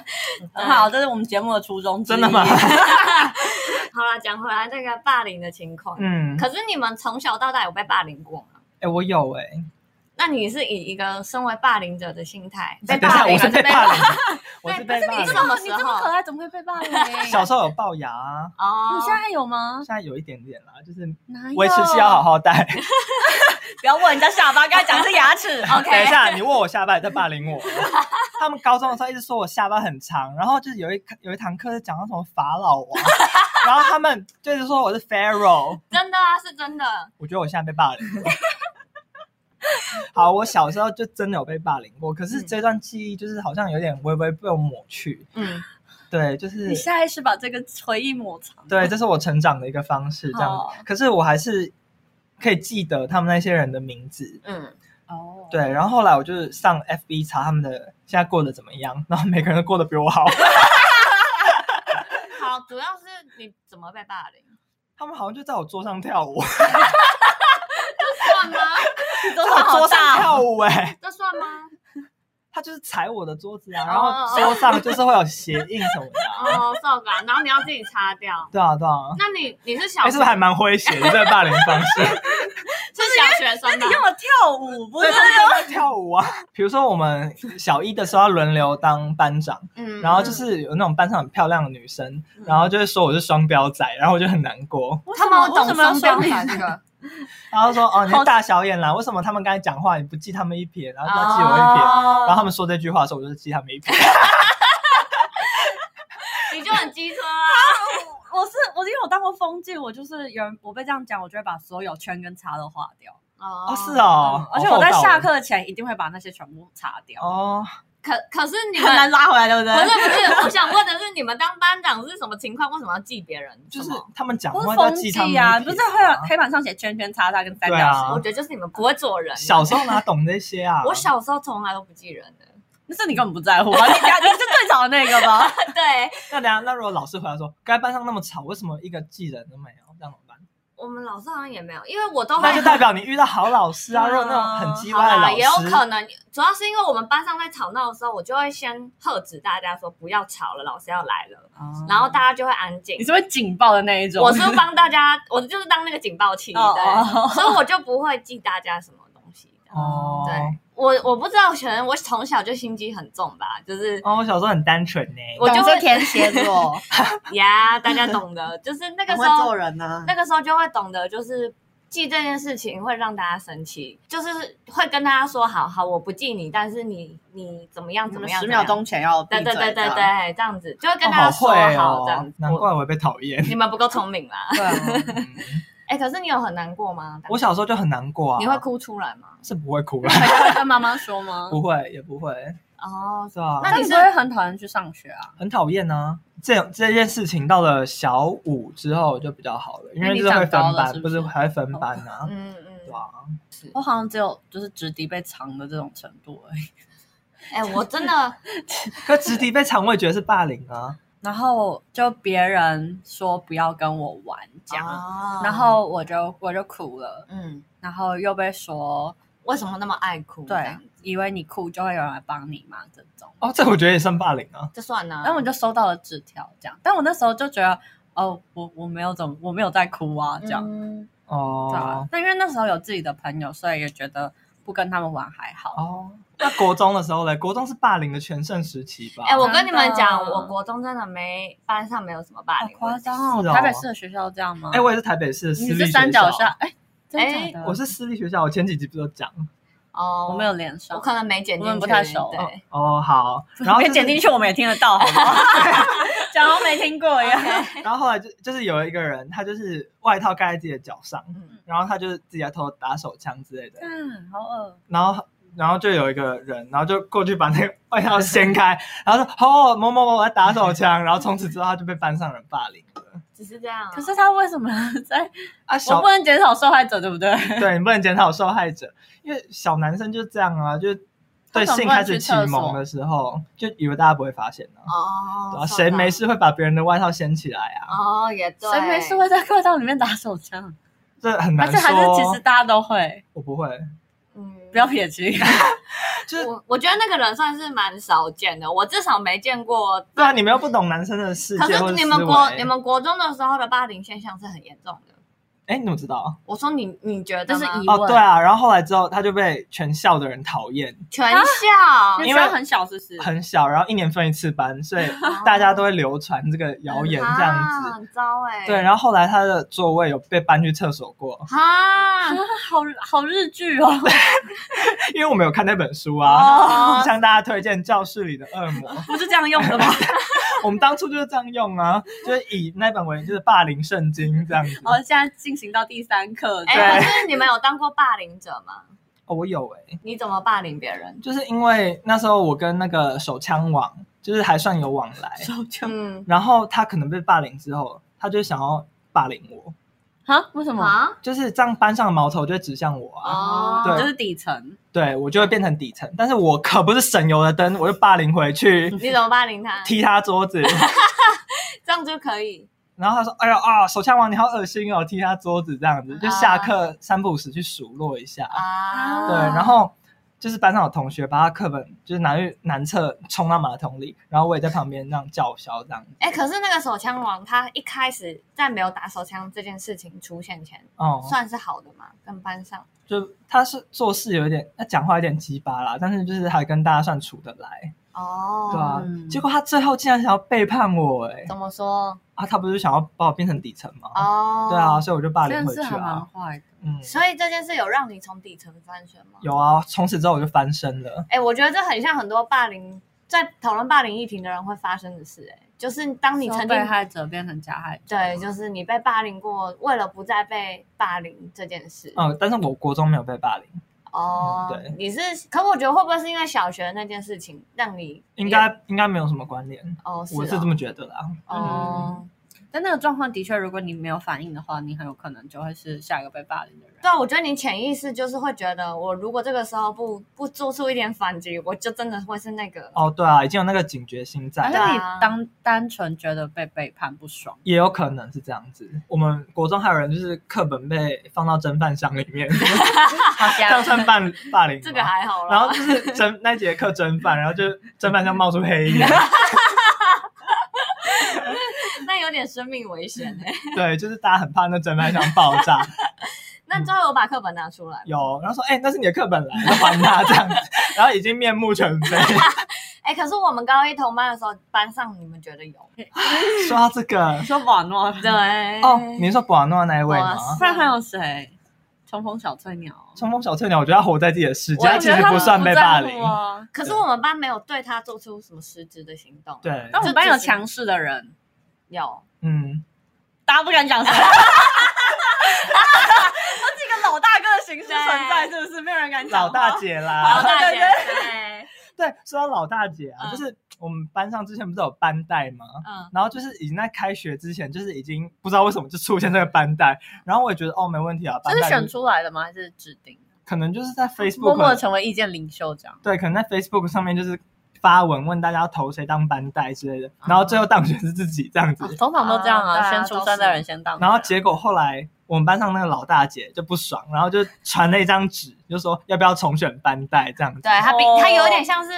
[SPEAKER 3] 很好，这是我们节目的初衷。
[SPEAKER 2] 真的吗？
[SPEAKER 1] 好啦，讲回来这个霸凌的情况，
[SPEAKER 2] 嗯，
[SPEAKER 1] 可是你们从小到大有被霸凌过吗？
[SPEAKER 2] 哎，我有哎，
[SPEAKER 1] 那你是以一个身为霸凌者的心态
[SPEAKER 2] 哎
[SPEAKER 1] 被
[SPEAKER 2] 等一下
[SPEAKER 1] 霸
[SPEAKER 2] 我
[SPEAKER 1] 凌啊
[SPEAKER 2] 是
[SPEAKER 1] 还
[SPEAKER 2] 被
[SPEAKER 1] 是
[SPEAKER 2] 霸
[SPEAKER 1] 霸
[SPEAKER 2] 凌，啊我是被霸
[SPEAKER 1] 你
[SPEAKER 2] 凌啊
[SPEAKER 1] 这。么
[SPEAKER 3] 你这么可爱，怎么会被霸凌？
[SPEAKER 2] 小时候有龅牙啊，
[SPEAKER 1] 哦，
[SPEAKER 3] 你现在有吗
[SPEAKER 2] 现？在有一点点啦，就是
[SPEAKER 3] 哪有
[SPEAKER 2] 维
[SPEAKER 1] 哎
[SPEAKER 2] 持器要好好 戴。
[SPEAKER 3] 不要问人家下巴，刚才讲是牙齿。OK，
[SPEAKER 2] 等一下，你问我下巴，你在霸 凌我。他们高中的时候一直说我下巴很长，然后就是有一有一堂课是讲到什么法 老王，然后他们就是说我是 Pharaoh，
[SPEAKER 1] 真的啊，是真的。
[SPEAKER 2] 我觉得我现在被霸 凌了。好，我小时候就真的有被霸凌过，可是这段记忆就是好像有点微微被我抹去。
[SPEAKER 1] 嗯，
[SPEAKER 2] 对，就是
[SPEAKER 3] 你下意识把这个回忆抹藏。
[SPEAKER 2] 对，这是我成长的一个方式，这样
[SPEAKER 3] 好。
[SPEAKER 2] 可是我还是可以记得他们那些人的名字。
[SPEAKER 1] 嗯，
[SPEAKER 3] 哦，
[SPEAKER 2] 对，然后后来我就是上 FB 查他们的现在过得怎么样，然后每个人都过得比我 好。
[SPEAKER 1] 好，主要是你怎么被霸凌？
[SPEAKER 2] 他们好像就在我桌上跳舞，
[SPEAKER 1] 算吗？
[SPEAKER 3] 你都
[SPEAKER 2] 在
[SPEAKER 3] 是
[SPEAKER 2] 我
[SPEAKER 3] 好
[SPEAKER 2] 桌上
[SPEAKER 3] 大哦。
[SPEAKER 2] 跳舞哎、
[SPEAKER 1] 这算吗？
[SPEAKER 2] 他就是踩我的桌子啊，然
[SPEAKER 1] 哦
[SPEAKER 2] 后桌上就是会有鞋印什么的啊、
[SPEAKER 1] 哦，受感，然后你要自己擦掉。
[SPEAKER 2] 对啊，对啊。
[SPEAKER 1] 那你你是小
[SPEAKER 2] 哎、是不是还蛮诙谐的这个霸凌方式？
[SPEAKER 1] 是小学生
[SPEAKER 3] 那
[SPEAKER 1] 吧
[SPEAKER 3] 哎你？用了跳舞，不是
[SPEAKER 2] 对，他们都在跳舞啊。比如说我们小一的时候要轮流当班长，
[SPEAKER 1] 嗯
[SPEAKER 2] 然后就是有那种班上很漂亮的女生，然后就是说我是双标仔，然后我就很难过。
[SPEAKER 1] 他们
[SPEAKER 3] 为什
[SPEAKER 1] 懂
[SPEAKER 3] 么要
[SPEAKER 1] 双标
[SPEAKER 3] 双
[SPEAKER 1] 仔 这个。
[SPEAKER 2] 然后说哦，你是大小眼啦，为什么他们刚才讲话你不记他们一撇，然后要记我一撇？然后
[SPEAKER 1] 哦，
[SPEAKER 2] 他们说这句话的时候，我就是记他们一撇。
[SPEAKER 1] 你就很机车啊！
[SPEAKER 3] 我是我，因为我当过风纪，我就是有人我被这样讲，我就会把所有圈跟叉都划掉。
[SPEAKER 1] 哦
[SPEAKER 2] 哦，是哦
[SPEAKER 3] 嗯，而且我在下课前一定会把那些全部擦掉。
[SPEAKER 2] 哦，
[SPEAKER 1] 可可是你
[SPEAKER 3] 很难
[SPEAKER 1] 们。
[SPEAKER 3] 拉回来，对不对
[SPEAKER 1] 不？是不是，我想问的是，你们当班长是什么情况？为什么要记别人？
[SPEAKER 2] 就是
[SPEAKER 1] 什么
[SPEAKER 2] 他们讲
[SPEAKER 3] 不
[SPEAKER 2] 话
[SPEAKER 3] 是
[SPEAKER 2] 要
[SPEAKER 3] 风
[SPEAKER 2] 记他
[SPEAKER 3] 纪
[SPEAKER 2] 们
[SPEAKER 3] 啊，
[SPEAKER 2] 的
[SPEAKER 3] 不是
[SPEAKER 2] 撇
[SPEAKER 3] 会有
[SPEAKER 2] 啊
[SPEAKER 3] 黑板上写圈圈叉叉跟三角
[SPEAKER 2] 对啊
[SPEAKER 3] 形，
[SPEAKER 1] 我觉得就是你们不会做人。
[SPEAKER 2] 小时候哪懂这些啊？
[SPEAKER 1] 我小时候从来都不记人 的。
[SPEAKER 3] 那是你根本不在乎吧？你你是最早的那个吧？
[SPEAKER 1] 对
[SPEAKER 2] 那等下那如果老师回来说，刚才班上那么吵，为什么一个记人都没有？这样怎么办？
[SPEAKER 1] 我们老师好像也没有，因为我都会
[SPEAKER 2] 那就代表你遇到好老师啊。
[SPEAKER 3] 嗯
[SPEAKER 2] 如果那种很叽
[SPEAKER 1] 好
[SPEAKER 2] 歪的
[SPEAKER 1] 啦，
[SPEAKER 2] 老师，
[SPEAKER 1] 哦也有可能，主要是因为我们班上在吵闹的时候，我就会先喝止大家说不要吵了，老师要来
[SPEAKER 2] 哦
[SPEAKER 1] 了，然后大家就会安静
[SPEAKER 3] 你。是会警报的那一种，
[SPEAKER 1] 哦 我是帮大家， 我就是当那个警报器，
[SPEAKER 3] 哦
[SPEAKER 1] 对，所以我就不会记大家什么东西。
[SPEAKER 2] 哦，
[SPEAKER 1] 对我我不知道，可能我从小就心机很重吧，就是
[SPEAKER 2] 哦，我小时候很单纯呢、
[SPEAKER 1] 我就会
[SPEAKER 3] 天蝎座，
[SPEAKER 1] 呀，大家懂的， 就是 那个
[SPEAKER 4] 很
[SPEAKER 1] 时
[SPEAKER 4] 会
[SPEAKER 1] 候
[SPEAKER 4] 做人
[SPEAKER 3] 啊
[SPEAKER 4] 呢、
[SPEAKER 1] 那个时候就会懂得，就是记这件事情会让大家生气，就是会跟大家说，好好，我不记你，但是你你怎么样
[SPEAKER 4] 你
[SPEAKER 1] 怎
[SPEAKER 4] 们
[SPEAKER 1] 么样，
[SPEAKER 4] 十秒
[SPEAKER 1] 怎么样，
[SPEAKER 4] 钟前要闭
[SPEAKER 1] 对对
[SPEAKER 4] 嘴
[SPEAKER 1] 对对
[SPEAKER 4] 这样
[SPEAKER 1] 对，这样子就会跟
[SPEAKER 2] 哦
[SPEAKER 1] 大家
[SPEAKER 2] 好
[SPEAKER 1] 说
[SPEAKER 2] 会
[SPEAKER 1] 好，这样
[SPEAKER 2] 哦
[SPEAKER 1] 子，，
[SPEAKER 2] 难
[SPEAKER 1] 我
[SPEAKER 2] 怪我会被讨 厌。
[SPEAKER 1] 你们不够聪明啦。
[SPEAKER 3] 对啊，
[SPEAKER 2] 嗯
[SPEAKER 1] 哎，可是你有很难过吗？
[SPEAKER 2] 我小时候就很难过啊，
[SPEAKER 1] 你会哭出来吗？
[SPEAKER 2] 是不会哭啦，啊
[SPEAKER 3] 会跟妈妈 说吗？
[SPEAKER 2] 不会也不会，
[SPEAKER 1] 哦，
[SPEAKER 2] 是吧？
[SPEAKER 1] 那
[SPEAKER 3] 那
[SPEAKER 1] 你
[SPEAKER 3] 你
[SPEAKER 1] 是
[SPEAKER 3] 不会很讨厌去上学啊？
[SPEAKER 2] 很讨厌呢。这这件事情到了小五之后就比较好了，因为就是会分
[SPEAKER 3] 因为你长高
[SPEAKER 2] 班，
[SPEAKER 3] 了是
[SPEAKER 2] 不
[SPEAKER 3] 不
[SPEAKER 2] 是
[SPEAKER 3] 是哦
[SPEAKER 2] 还会分班啊？
[SPEAKER 1] 嗯嗯
[SPEAKER 2] 对，啊，
[SPEAKER 3] 我好像只有就是直笛被藏的这种程度而已。
[SPEAKER 1] 哎，我真的
[SPEAKER 2] 可直笛被常会觉得是霸凌啊。
[SPEAKER 3] 然后就别人说不要跟我玩这样，
[SPEAKER 1] 讲
[SPEAKER 3] 然后我就我就哭了，
[SPEAKER 1] 啊嗯，
[SPEAKER 3] 然后又被说
[SPEAKER 1] 为什么那么爱哭？这
[SPEAKER 3] 对
[SPEAKER 1] 样，
[SPEAKER 3] 以为你哭就会有人来帮你嘛这种。
[SPEAKER 2] 哦，这我觉得也算霸凌啊。
[SPEAKER 1] 就算了。
[SPEAKER 3] 然后我就收到了纸条，这样。但我那时候就觉得，哦，我我没有怎么，我没有在哭啊，这样。
[SPEAKER 1] 嗯
[SPEAKER 3] 对啊
[SPEAKER 2] 哦，
[SPEAKER 3] 但因为那时候有自己的朋友，所以也觉得不跟他们玩还好。
[SPEAKER 2] 哦，那国中的时候嘞，国中是霸凌的全盛时期吧？
[SPEAKER 1] 哎、我跟你们讲，
[SPEAKER 3] 真的
[SPEAKER 1] 我国中真的没班上没有什么霸
[SPEAKER 3] 好
[SPEAKER 1] 凌
[SPEAKER 3] 夸
[SPEAKER 1] 问题。
[SPEAKER 3] 张
[SPEAKER 2] 是
[SPEAKER 3] 哦！
[SPEAKER 2] 哦
[SPEAKER 3] 台北市的学校这样吗？
[SPEAKER 2] 哎、我也是台北市的私
[SPEAKER 3] 你
[SPEAKER 2] 立学
[SPEAKER 3] 是
[SPEAKER 2] 校，
[SPEAKER 3] 三角下，哎，真的假
[SPEAKER 1] 哎
[SPEAKER 3] 的？
[SPEAKER 2] 我是私立学校，我前几集不是都讲
[SPEAKER 1] 哦，
[SPEAKER 3] 我没有，连上，
[SPEAKER 1] 我可能没剪进去，
[SPEAKER 3] 我们不太熟
[SPEAKER 1] 对，
[SPEAKER 2] 哦，好，然后
[SPEAKER 3] 别
[SPEAKER 2] 就是
[SPEAKER 3] 剪进去，我们也听得到，好不好？ 讲都没听过一样。
[SPEAKER 2] 然后后来就就是有一个人，他就是外套盖在自己的脚上，
[SPEAKER 1] 嗯
[SPEAKER 2] 然后他就是自己在偷打手枪之类的，
[SPEAKER 3] 嗯，好恶。
[SPEAKER 2] 然后然后就有一个人，然后就过去把那个外套掀开，然后说哦某某某我在打手枪，然后从此之后他就被班上人霸凌了。
[SPEAKER 1] 只是这样、啊
[SPEAKER 3] 可是他为什么在？
[SPEAKER 2] 啊，
[SPEAKER 3] 我
[SPEAKER 2] 小
[SPEAKER 3] 不能减少受害者，对不对？
[SPEAKER 2] 对你不能检讨受害者，因为小男生就这样啊，就对性开始启蒙的时候，就以为大家不会发现呢、
[SPEAKER 1] 哦，
[SPEAKER 2] 对啊，
[SPEAKER 1] 受伤
[SPEAKER 2] 谁没？事会把别人的外套掀起来啊？
[SPEAKER 1] 哦，也对，
[SPEAKER 3] 谁没事会在课堂里面打手枪？
[SPEAKER 2] 这很
[SPEAKER 3] 还
[SPEAKER 2] 难
[SPEAKER 3] 是
[SPEAKER 2] 说。哦
[SPEAKER 3] 还是其实大家都会，
[SPEAKER 2] 我不会，
[SPEAKER 1] 嗯，
[SPEAKER 3] 不要。撇清。
[SPEAKER 2] 就是
[SPEAKER 1] 我我觉得那个人算是蛮少见的，我至少没见过。
[SPEAKER 2] 对啊，你们又不懂男生的世界
[SPEAKER 1] 可
[SPEAKER 2] 或
[SPEAKER 1] 是你
[SPEAKER 2] 者思
[SPEAKER 1] 们国
[SPEAKER 2] 维
[SPEAKER 1] 你们国中的时候的霸凌现象是很严重的。
[SPEAKER 2] 哎，你怎么知道？
[SPEAKER 1] 我说你你觉得
[SPEAKER 3] 这是
[SPEAKER 1] 吗
[SPEAKER 3] 以
[SPEAKER 2] 哦，
[SPEAKER 3] 问
[SPEAKER 2] 对啊，然后后来之后他就被全校的人讨厌，
[SPEAKER 1] 全校
[SPEAKER 3] 你
[SPEAKER 2] 因为
[SPEAKER 3] 学校很小，是不是？
[SPEAKER 2] 很小，然后一年分一次班，所以
[SPEAKER 3] 哦
[SPEAKER 2] 大家都会流传这个谣言这样
[SPEAKER 1] 啊
[SPEAKER 2] 子。
[SPEAKER 1] 很糟哎。
[SPEAKER 2] 对，然后后来他的座位有被搬去厕所过，
[SPEAKER 1] 哈，
[SPEAKER 3] 好好日剧哦，，
[SPEAKER 2] 因为我们有看那本书啊，
[SPEAKER 1] 哦
[SPEAKER 2] 向大家推荐《教室里的恶魔》
[SPEAKER 3] 不是这样用 的吗？
[SPEAKER 2] 我们当初就是这样用啊，就是以那本为就是霸凌圣经这样子。
[SPEAKER 3] 哦，现在进行到第三课，
[SPEAKER 1] 哎、
[SPEAKER 2] 对
[SPEAKER 1] 可是你们有当过霸凌者 吗？
[SPEAKER 2] 哦，我有哎、
[SPEAKER 1] 你怎么霸凌别人？
[SPEAKER 2] 就是因为那时候我跟那个手枪王就是还算有往来，
[SPEAKER 3] 手枪
[SPEAKER 1] 嗯，
[SPEAKER 2] 然后他可能被霸凌之后，他就想要霸凌我，
[SPEAKER 3] 啊？为什么？
[SPEAKER 1] 啊，
[SPEAKER 2] 就是这样班上的矛头就会指向我啊，
[SPEAKER 1] 哦，
[SPEAKER 2] 对
[SPEAKER 3] 就是底层，
[SPEAKER 2] 对我就会变成底层，但是我可不是省油的灯，我就霸凌回去，
[SPEAKER 1] 你怎么霸凌他？
[SPEAKER 2] 踢他桌子。
[SPEAKER 1] 这样就可以。
[SPEAKER 2] 然后他说：“哎呦啊，手枪王你好恶心哦，踢他桌子这样子，就下课三不五时去数落一下。
[SPEAKER 1] 啊，
[SPEAKER 2] 对，然后就是班上有同学把他课本就是拿去男厕冲到马桶里，然后我也在旁边那样叫嚣这样子。
[SPEAKER 1] 哎、可是那个手枪王他一开始在没有打手枪这件事情出现前，
[SPEAKER 2] 哦、
[SPEAKER 1] 算是好的嘛，跟班上。
[SPEAKER 2] 就他是做事有点，他讲话有点鸡巴啦，但是就是还跟大家算处得来，
[SPEAKER 1] 哦，
[SPEAKER 2] 对啊。
[SPEAKER 3] 嗯
[SPEAKER 2] 结果他最后竟然想要背叛我、哎
[SPEAKER 1] 怎么说？
[SPEAKER 2] 啊，他不是想要把我变成底层吗？
[SPEAKER 1] 哦，
[SPEAKER 2] 对啊，，所以我就霸凌
[SPEAKER 3] 真的
[SPEAKER 2] 回
[SPEAKER 3] 是
[SPEAKER 2] 去
[SPEAKER 3] 还蛮
[SPEAKER 2] 啊。
[SPEAKER 3] 坏的。
[SPEAKER 2] 嗯，
[SPEAKER 1] 所以这件事有让你从底层翻身吗？。
[SPEAKER 2] 有啊，从此之后我就翻身了。
[SPEAKER 1] 哎、我觉得这很像很多霸凌在讨论霸凌议题的人会发生的事、哎，就是当你曾经
[SPEAKER 3] 被害者变成加害者，
[SPEAKER 1] 对，就是你被霸凌过，为了不再被霸凌这件事。
[SPEAKER 2] 嗯，但是我国中没有被霸凌，
[SPEAKER 1] 哦，
[SPEAKER 2] 嗯对
[SPEAKER 1] 你是，可我觉得会不会是因为小学那件事情让你
[SPEAKER 2] 应该应该没有什么关联，
[SPEAKER 1] 哦，是
[SPEAKER 2] 我是
[SPEAKER 1] 哦
[SPEAKER 2] 这么觉得啦。
[SPEAKER 1] 哦。
[SPEAKER 3] 但那个状况的确，如果你没有反应的话，你很有可能就会是下一个被霸凌的人。
[SPEAKER 1] 对啊，我觉得你潜意识就是会觉得，我如果这个时候不不做出一点反击，我就真的会是那个。
[SPEAKER 2] 哦，对啊，已经有那个警觉心在
[SPEAKER 3] 而
[SPEAKER 1] 对
[SPEAKER 3] 且
[SPEAKER 2] 了，
[SPEAKER 1] 啊
[SPEAKER 3] 你当单纯觉得被背叛不爽，
[SPEAKER 2] 也有可能是这样子。我们国中还有人就是课本被放到蒸饭箱里 面，这
[SPEAKER 3] 好
[SPEAKER 2] 样算霸霸凌吗？
[SPEAKER 1] 这个还好
[SPEAKER 2] 然后
[SPEAKER 1] 啦
[SPEAKER 2] 就，是蒸那节课蒸饭，然后就蒸饭箱冒出黑烟，
[SPEAKER 1] 那有点生命危险
[SPEAKER 2] 嗯
[SPEAKER 1] 哎、
[SPEAKER 2] 对，就是大家很怕那蒸饭箱爆炸。
[SPEAKER 1] 那最后有把课本拿出来吗，
[SPEAKER 2] 有，然后说，哎、那是你的课本来，就还他这样子，然后已经面目全非。
[SPEAKER 1] 哎、可是我们高一同班的时候，班上你们觉得有？
[SPEAKER 2] 说到这个
[SPEAKER 3] 你，说瓦诺，
[SPEAKER 1] 对
[SPEAKER 2] 哦，你是说布瓦诺那一位吗
[SPEAKER 1] 布？瓦
[SPEAKER 3] 不然还有谁？冲锋小翠鸟，
[SPEAKER 2] 冲锋小翠鸟，我觉得他活在自己的世界，
[SPEAKER 1] 我也
[SPEAKER 2] 他
[SPEAKER 1] 觉
[SPEAKER 2] 其
[SPEAKER 1] 得
[SPEAKER 2] 实
[SPEAKER 1] 他
[SPEAKER 2] 不算被霸凌。
[SPEAKER 1] 哦
[SPEAKER 3] 啊。
[SPEAKER 1] 可是我们班没有对他做出什么实质的行动。，
[SPEAKER 2] 对，
[SPEAKER 3] 但我们班有强势的人，
[SPEAKER 1] 有
[SPEAKER 2] 嗯，
[SPEAKER 3] 大家不敢讲谁。我这个老大哥的形式存在，是不是？没有人敢讲话。
[SPEAKER 2] 老大姐
[SPEAKER 1] 老
[SPEAKER 2] 啦，
[SPEAKER 1] 大姐，
[SPEAKER 3] 对
[SPEAKER 1] 对，
[SPEAKER 2] 啊对，说到老大姐啊，
[SPEAKER 1] 嗯
[SPEAKER 2] 就是我们班上之前不是有班带吗？
[SPEAKER 1] 嗯，
[SPEAKER 2] 然后就是已经在开学之前，就是已经不知道为什么就出现这个班带，然后我也觉得哦没问题啊，班
[SPEAKER 3] 这是
[SPEAKER 2] 带
[SPEAKER 3] 选
[SPEAKER 2] 就
[SPEAKER 3] 出来的吗？还是指定？
[SPEAKER 2] 可能就是在 Facebook
[SPEAKER 3] 默默地成为意见领袖这样。
[SPEAKER 2] 对，可能在 Facebook 上面就是发文问大家要投谁当班带之类的，然后最后当选是自己这样子。
[SPEAKER 3] 通常都这样
[SPEAKER 1] 啊
[SPEAKER 3] 啊，
[SPEAKER 1] 对啊
[SPEAKER 3] 先出生的人先当。
[SPEAKER 2] 然后结果后来我们班上那个老大姐就不爽，然后就传了一张纸，就说要不要重选班带这样子。
[SPEAKER 1] 对他比
[SPEAKER 3] 哦
[SPEAKER 1] 他有点像是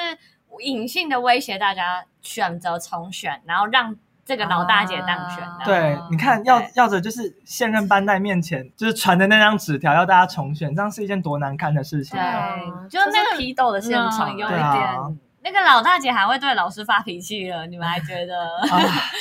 [SPEAKER 1] 隐性的威胁大家选择重选，然后让这个老大姐当选
[SPEAKER 3] 啊
[SPEAKER 1] 的。
[SPEAKER 2] 对
[SPEAKER 3] 啊，
[SPEAKER 2] 你看，要
[SPEAKER 1] 哦对
[SPEAKER 2] 要着就是现任班带面前，就是传的那张纸条，要大家重选，这样是一件多难堪的事情
[SPEAKER 1] 对。
[SPEAKER 3] 啊
[SPEAKER 1] 就是那个
[SPEAKER 3] 这是批斗的
[SPEAKER 1] 现
[SPEAKER 3] 现
[SPEAKER 1] 场
[SPEAKER 3] 场
[SPEAKER 1] 有一
[SPEAKER 2] 对
[SPEAKER 1] 点、
[SPEAKER 2] 啊
[SPEAKER 1] 那个老大姐还会对老师发脾气了，你们还觉得？
[SPEAKER 2] 啊，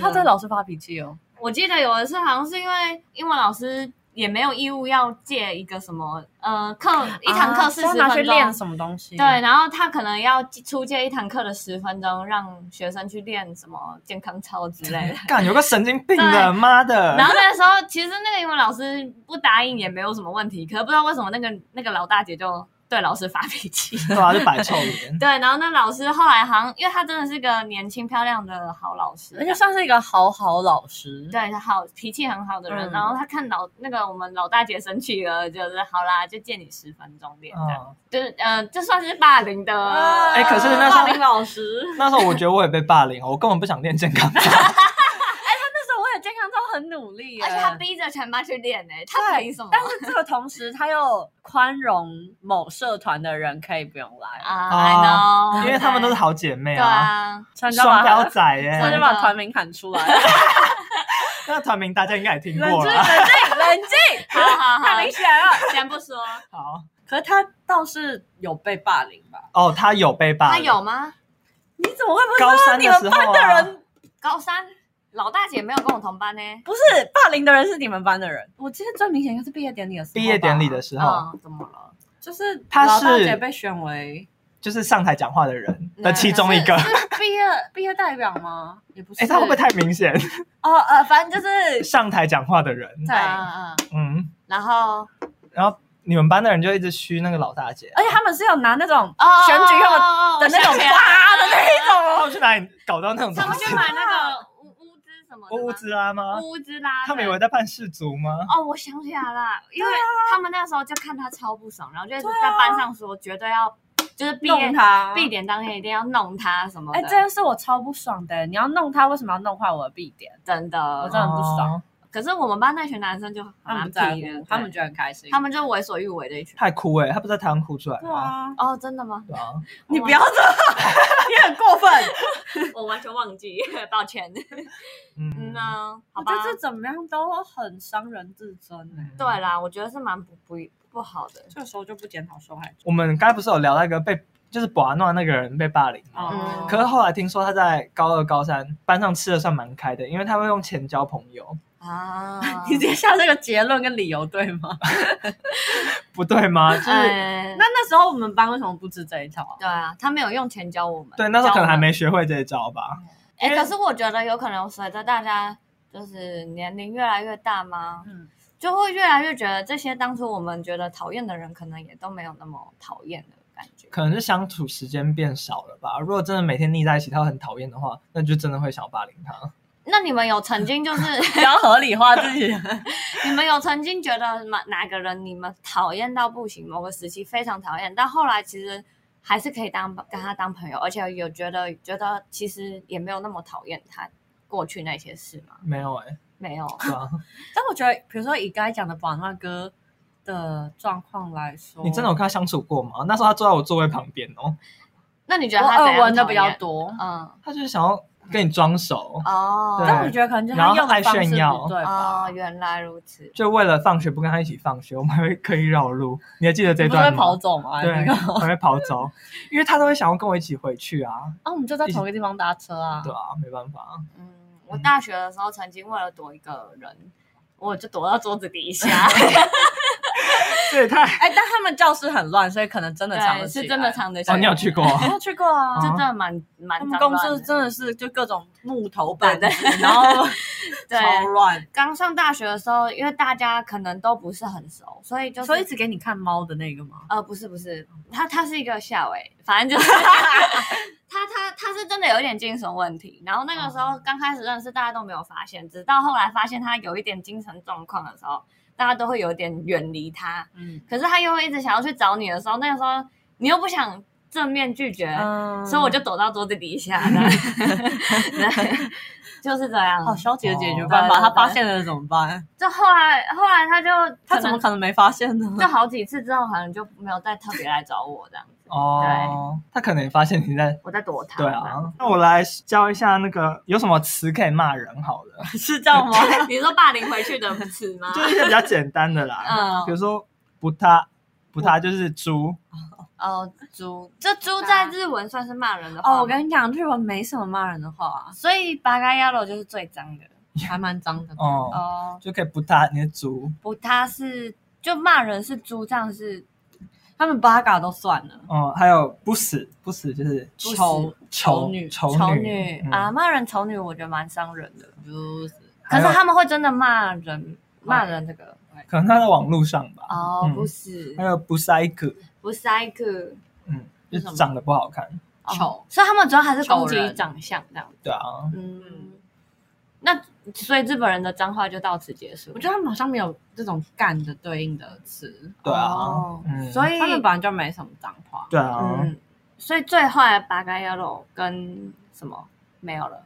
[SPEAKER 3] 他对老师发脾气哦。
[SPEAKER 1] 我记得有一次好像是因为英文老师也没有义务要借一个什么呃课一堂课四十
[SPEAKER 3] 啊拿去
[SPEAKER 1] 分钟。
[SPEAKER 3] 练什么东西？
[SPEAKER 2] 啊
[SPEAKER 1] 对，然后他可能要出借一堂课的十分钟，让学生去练什么健康操之类 的。
[SPEAKER 2] 干有个神经病
[SPEAKER 1] 对
[SPEAKER 2] 的，妈的！
[SPEAKER 1] 然后那时候，其实那个英文老师不答应也没有什么问题，可是不知道为什么那个那个老大姐就对老师发脾气。
[SPEAKER 2] 对啊，就摆臭脸。
[SPEAKER 1] 对，然后那老师后来好像，因为她真的是个年轻漂亮的好老师，
[SPEAKER 3] 而且算是一个好好老师。
[SPEAKER 1] 对啊她好脾气很好的人。
[SPEAKER 3] 嗯
[SPEAKER 1] 然后她看老那个我们老大姐生气了，就是好啦，就借你十分钟练，这样
[SPEAKER 2] 嗯，
[SPEAKER 1] 就是呃，这算是霸凌的。
[SPEAKER 3] 啊，
[SPEAKER 2] 哎可是那时候
[SPEAKER 3] 霸凌老 师，
[SPEAKER 2] 那时候我觉得我也被霸凌哦，我根本不想练健 康操。
[SPEAKER 3] 那时候我也健康操很努力耶，
[SPEAKER 1] 而且她逼着全班去练呢、她凭什么？
[SPEAKER 3] 但是这个同时，他又宽容某社团的人可以不用来，
[SPEAKER 1] 啊
[SPEAKER 2] 啊
[SPEAKER 1] ，I know，
[SPEAKER 2] 因为她们都是
[SPEAKER 1] 对
[SPEAKER 2] 好姐妹
[SPEAKER 1] 对
[SPEAKER 2] 啊，
[SPEAKER 1] 啊，
[SPEAKER 3] 所以就
[SPEAKER 2] 双
[SPEAKER 3] 把
[SPEAKER 2] 标
[SPEAKER 3] 他
[SPEAKER 2] 仔 耶、
[SPEAKER 3] 所以就把团名喊出来。
[SPEAKER 2] 那团名大家应该也 听
[SPEAKER 3] 冷
[SPEAKER 2] 过
[SPEAKER 3] 静，
[SPEAKER 2] 了。
[SPEAKER 3] 冷静，冷静，
[SPEAKER 1] 好 好好
[SPEAKER 3] 太，明显了。
[SPEAKER 1] 先不说，
[SPEAKER 2] 好，
[SPEAKER 3] 可是他倒是有被霸凌吧？
[SPEAKER 2] 哦，他有被霸
[SPEAKER 1] 她
[SPEAKER 2] 凌，
[SPEAKER 1] 有吗？
[SPEAKER 3] 你怎么会不知
[SPEAKER 2] 高
[SPEAKER 3] 道
[SPEAKER 2] 三
[SPEAKER 3] 你
[SPEAKER 2] 的
[SPEAKER 3] 们
[SPEAKER 2] 时
[SPEAKER 3] 班
[SPEAKER 2] 候
[SPEAKER 3] 的
[SPEAKER 2] 啊，
[SPEAKER 3] 人
[SPEAKER 1] 高三老大姐没有跟我同班呢、
[SPEAKER 3] 不是霸凌的人是你们班的人？我记得最明显应该是毕业典礼的时候吧，
[SPEAKER 2] 毕业典礼的时候，
[SPEAKER 1] 嗯，怎么了？
[SPEAKER 3] 就是
[SPEAKER 2] 他
[SPEAKER 3] 老大
[SPEAKER 2] 是
[SPEAKER 3] 姐被选为
[SPEAKER 2] 就是上台讲话的人的其中一个。
[SPEAKER 3] 是是毕业毕业代表吗？也不 是，
[SPEAKER 2] 哎，他会不会太明显？
[SPEAKER 3] 哦呃，反正就是
[SPEAKER 2] 上台讲话的人，
[SPEAKER 3] 在
[SPEAKER 1] 对，嗯嗯。
[SPEAKER 2] 嗯，
[SPEAKER 1] 然后
[SPEAKER 2] 然后你们班的人就一直嘘那个老大姐，
[SPEAKER 3] 而且他们是有拿那种
[SPEAKER 1] 哦，
[SPEAKER 3] 选举用
[SPEAKER 1] 用
[SPEAKER 3] 的那种啪的那一
[SPEAKER 2] 他
[SPEAKER 3] 种，
[SPEAKER 2] 哦们去哪里搞到那种
[SPEAKER 1] 他
[SPEAKER 2] 东
[SPEAKER 1] 们
[SPEAKER 2] 西
[SPEAKER 1] 去？买那个乌乌兹什么的吗
[SPEAKER 2] 乌兹拉啊吗？
[SPEAKER 1] 乌兹啦，
[SPEAKER 2] 他们以
[SPEAKER 1] 对
[SPEAKER 2] 为在办氏族吗？
[SPEAKER 1] 啊哦，我想起来了，因为
[SPEAKER 3] 啊
[SPEAKER 1] 他们那时候就看他超不爽，然后就一直在班上说，绝对要就是毕业
[SPEAKER 3] 弄他
[SPEAKER 1] 必点当天一定要弄他什么的，
[SPEAKER 3] 哎，这件事我超不爽的，欸你要弄他，为什么要弄坏我的必点？
[SPEAKER 1] 真
[SPEAKER 3] 我
[SPEAKER 1] 的
[SPEAKER 3] 真。的很不爽
[SPEAKER 2] 哦，
[SPEAKER 1] 可是我们班那群男生就
[SPEAKER 3] 他们
[SPEAKER 1] 蛮
[SPEAKER 3] 不在
[SPEAKER 1] 皮的
[SPEAKER 3] 乎，，他们
[SPEAKER 1] 对
[SPEAKER 3] 就很开心。
[SPEAKER 1] 他们就为所欲为的一群。
[SPEAKER 2] 太哭哎，他不是在台湾哭出来
[SPEAKER 3] 对
[SPEAKER 2] 吗？
[SPEAKER 3] 啊，
[SPEAKER 1] 哦，真的 吗？
[SPEAKER 2] 对啊，
[SPEAKER 3] 你不要这样，你很过分。
[SPEAKER 1] 我完全忘 记，抱歉。 嗯
[SPEAKER 2] 嗯，
[SPEAKER 1] 呢，好
[SPEAKER 3] 我
[SPEAKER 1] 吧
[SPEAKER 3] 觉得，这怎么样都很伤人自尊呢。
[SPEAKER 1] 对啦，我觉得是蛮不不不好的。
[SPEAKER 3] 这个时候就不检讨受害者。
[SPEAKER 2] 我们刚才不是有聊到一个被就是博阿诺那个人被霸凌吗？
[SPEAKER 3] 哦
[SPEAKER 1] 嗯
[SPEAKER 2] 可是后来听说他在高二、高三班上吃的算蛮开的，因为他会用钱交朋友，
[SPEAKER 1] 啊，
[SPEAKER 3] 你直接下这个结论跟理由对吗？
[SPEAKER 2] 不对 吗？就是、
[SPEAKER 1] 哎
[SPEAKER 3] 那那时候我们班为什么不知这一条啊？
[SPEAKER 1] 对啊，他没有用钱教我们，
[SPEAKER 2] 对，那时候可能还
[SPEAKER 1] 教我们。
[SPEAKER 2] 没学会这一招吧。
[SPEAKER 1] 哎、
[SPEAKER 2] 因为
[SPEAKER 3] 嗯
[SPEAKER 1] 可是我觉得有可能随着大家就是年龄越来越大嘛，
[SPEAKER 3] 嗯，
[SPEAKER 1] 就会越来越觉得这些当初我们觉得讨厌的人，可能也都没有那么讨厌的感觉。
[SPEAKER 2] 可能是相处时间变少了吧。如果真的每天腻在一起，他很讨厌的话，那就真的会想要霸凌他。
[SPEAKER 1] 那你们有曾经就是
[SPEAKER 3] 不要合理化自己。
[SPEAKER 1] 你们有曾经觉得哪哪个人你们讨厌到不行，某个时期非常讨厌，但后来其实还是可以当跟他当朋友，而且有觉得觉得其实也没有那么讨厌他过去那些事吗？
[SPEAKER 2] 没有哎、
[SPEAKER 1] 没有，
[SPEAKER 2] 对啊，
[SPEAKER 3] 但我觉得，比如说以刚才讲的宝那哥的状况来说，
[SPEAKER 2] 你真的有跟他相处过吗？那时候他坐在我座位旁边哦，
[SPEAKER 1] 那你觉
[SPEAKER 3] 我
[SPEAKER 1] 得他怎
[SPEAKER 3] 耳
[SPEAKER 1] 样
[SPEAKER 3] 闻的
[SPEAKER 1] 讨
[SPEAKER 3] 比较
[SPEAKER 1] 厌？
[SPEAKER 3] 多，
[SPEAKER 1] 嗯，
[SPEAKER 2] 他就是想要跟你装熟，
[SPEAKER 1] 哦，
[SPEAKER 2] 对
[SPEAKER 3] 但我觉得可能就是他用的方式
[SPEAKER 2] 然后还
[SPEAKER 3] 不对吧
[SPEAKER 1] 哦，。原来如此。
[SPEAKER 2] 就为了放学不跟他一起放学，我们还会刻意绕路。你还记得这
[SPEAKER 3] 你不是会
[SPEAKER 2] 段吗？
[SPEAKER 3] 跑走吗？
[SPEAKER 2] 对，
[SPEAKER 3] 那个
[SPEAKER 2] 还会跑走，因为他都会想要跟我一起回去啊。
[SPEAKER 3] 啊，我们就在同一个地方搭车啊。
[SPEAKER 2] 对啊，没办法，
[SPEAKER 1] 嗯，我大学的时候曾经为了躲一个人，我就躲到桌子底下，
[SPEAKER 2] 这也太……
[SPEAKER 3] 哎，但他们教室很乱，所以可能 真的藏得
[SPEAKER 1] 对，
[SPEAKER 3] 起来
[SPEAKER 1] 是真的，藏得起来。
[SPEAKER 2] 哦，你有去过？
[SPEAKER 3] 我有去过啊
[SPEAKER 1] 就真的蛮蛮
[SPEAKER 3] 他
[SPEAKER 1] 脏乱
[SPEAKER 3] 们公司
[SPEAKER 1] 的
[SPEAKER 3] 真的是就各种木头板
[SPEAKER 1] 对
[SPEAKER 3] 子，然 后
[SPEAKER 1] 对
[SPEAKER 3] 超乱，
[SPEAKER 1] 刚上大学的时候，因为大家可能都不是很熟，所以就是
[SPEAKER 3] 所以一直给你看猫的那个吗？
[SPEAKER 1] 呃不是不是，他他是一个校委，反正就是 他他他是真的有一点精神问题。然后那个时
[SPEAKER 3] 哦
[SPEAKER 1] 候刚开始认识，大家都没有发现，直到后来发现他有一点精神状况的时候，大家都会有点远离他。
[SPEAKER 3] 嗯
[SPEAKER 1] 可是他又会一直想要去找你的时候，那个时候你又不想正面拒绝，
[SPEAKER 3] 嗯
[SPEAKER 1] 所以我就躲到桌子底 下。 对就是这样。
[SPEAKER 3] 好哦消极的解决办法，
[SPEAKER 1] 哦
[SPEAKER 3] 他发现了怎么办？
[SPEAKER 1] 就后来后来他就
[SPEAKER 3] 他
[SPEAKER 1] 可
[SPEAKER 3] 怎
[SPEAKER 1] 能
[SPEAKER 3] 么可能啊没发现呢？
[SPEAKER 1] 就好几次之后，好像就没有再特别来找我这样子，
[SPEAKER 2] 哦，他可能也发现你在。
[SPEAKER 1] 我在躲他。
[SPEAKER 2] 对啊，那我来教一下那个有什么词可以骂人好了，
[SPEAKER 3] 是这 样吗？
[SPEAKER 1] 这 样，你说霸凌回去的词吗？
[SPEAKER 2] 就是一些比较简单的啦，
[SPEAKER 3] 啊
[SPEAKER 1] 嗯，
[SPEAKER 2] 比如说不他不他就是猪，
[SPEAKER 1] 哦，猪，这猪在日文算是骂人的话吗
[SPEAKER 3] 哦，我跟你讲，日文没什么骂人的话啊，
[SPEAKER 1] 所以八嘎亚罗就是最脏的
[SPEAKER 3] 还蛮脏的。
[SPEAKER 2] 哦，
[SPEAKER 1] 哦，
[SPEAKER 2] 就可以不他你是猪，
[SPEAKER 1] 不，他是就骂人是猪，这样是
[SPEAKER 3] 他们八嘎都算了，
[SPEAKER 2] 哦，还有不死不死就是
[SPEAKER 1] 丑
[SPEAKER 3] 不
[SPEAKER 2] 丑
[SPEAKER 3] 丑女
[SPEAKER 2] 丑
[SPEAKER 1] 丑
[SPEAKER 2] 女
[SPEAKER 1] 女
[SPEAKER 2] 嗯
[SPEAKER 1] 啊，骂人丑女，我觉得蛮伤人的。
[SPEAKER 3] 就是
[SPEAKER 1] 可
[SPEAKER 2] 还有
[SPEAKER 1] 是他们会真的骂人，骂人这个
[SPEAKER 2] 可能他在网络上吧，
[SPEAKER 1] 哦
[SPEAKER 2] 嗯，
[SPEAKER 1] 不是
[SPEAKER 2] 还有不塞个，
[SPEAKER 1] 不是一个
[SPEAKER 2] 嗯，就是
[SPEAKER 3] 什么
[SPEAKER 2] 是长得不好看，
[SPEAKER 1] 哦
[SPEAKER 3] 丑
[SPEAKER 1] 所以他们主要还是攻
[SPEAKER 3] 丑
[SPEAKER 1] 击
[SPEAKER 3] 人
[SPEAKER 1] 长相这样子。
[SPEAKER 2] 对啊，
[SPEAKER 1] 嗯，那所以日本人的脏话就到此结束。
[SPEAKER 3] 我觉得他们好像没有这种干的对应的词，
[SPEAKER 2] 对啊
[SPEAKER 1] 哦，
[SPEAKER 2] 嗯，
[SPEAKER 1] 所以
[SPEAKER 3] 他们本来就没什么脏话。
[SPEAKER 2] 对啊，
[SPEAKER 1] 嗯，所以最坏的八嘎 yellow 跟什么没有了？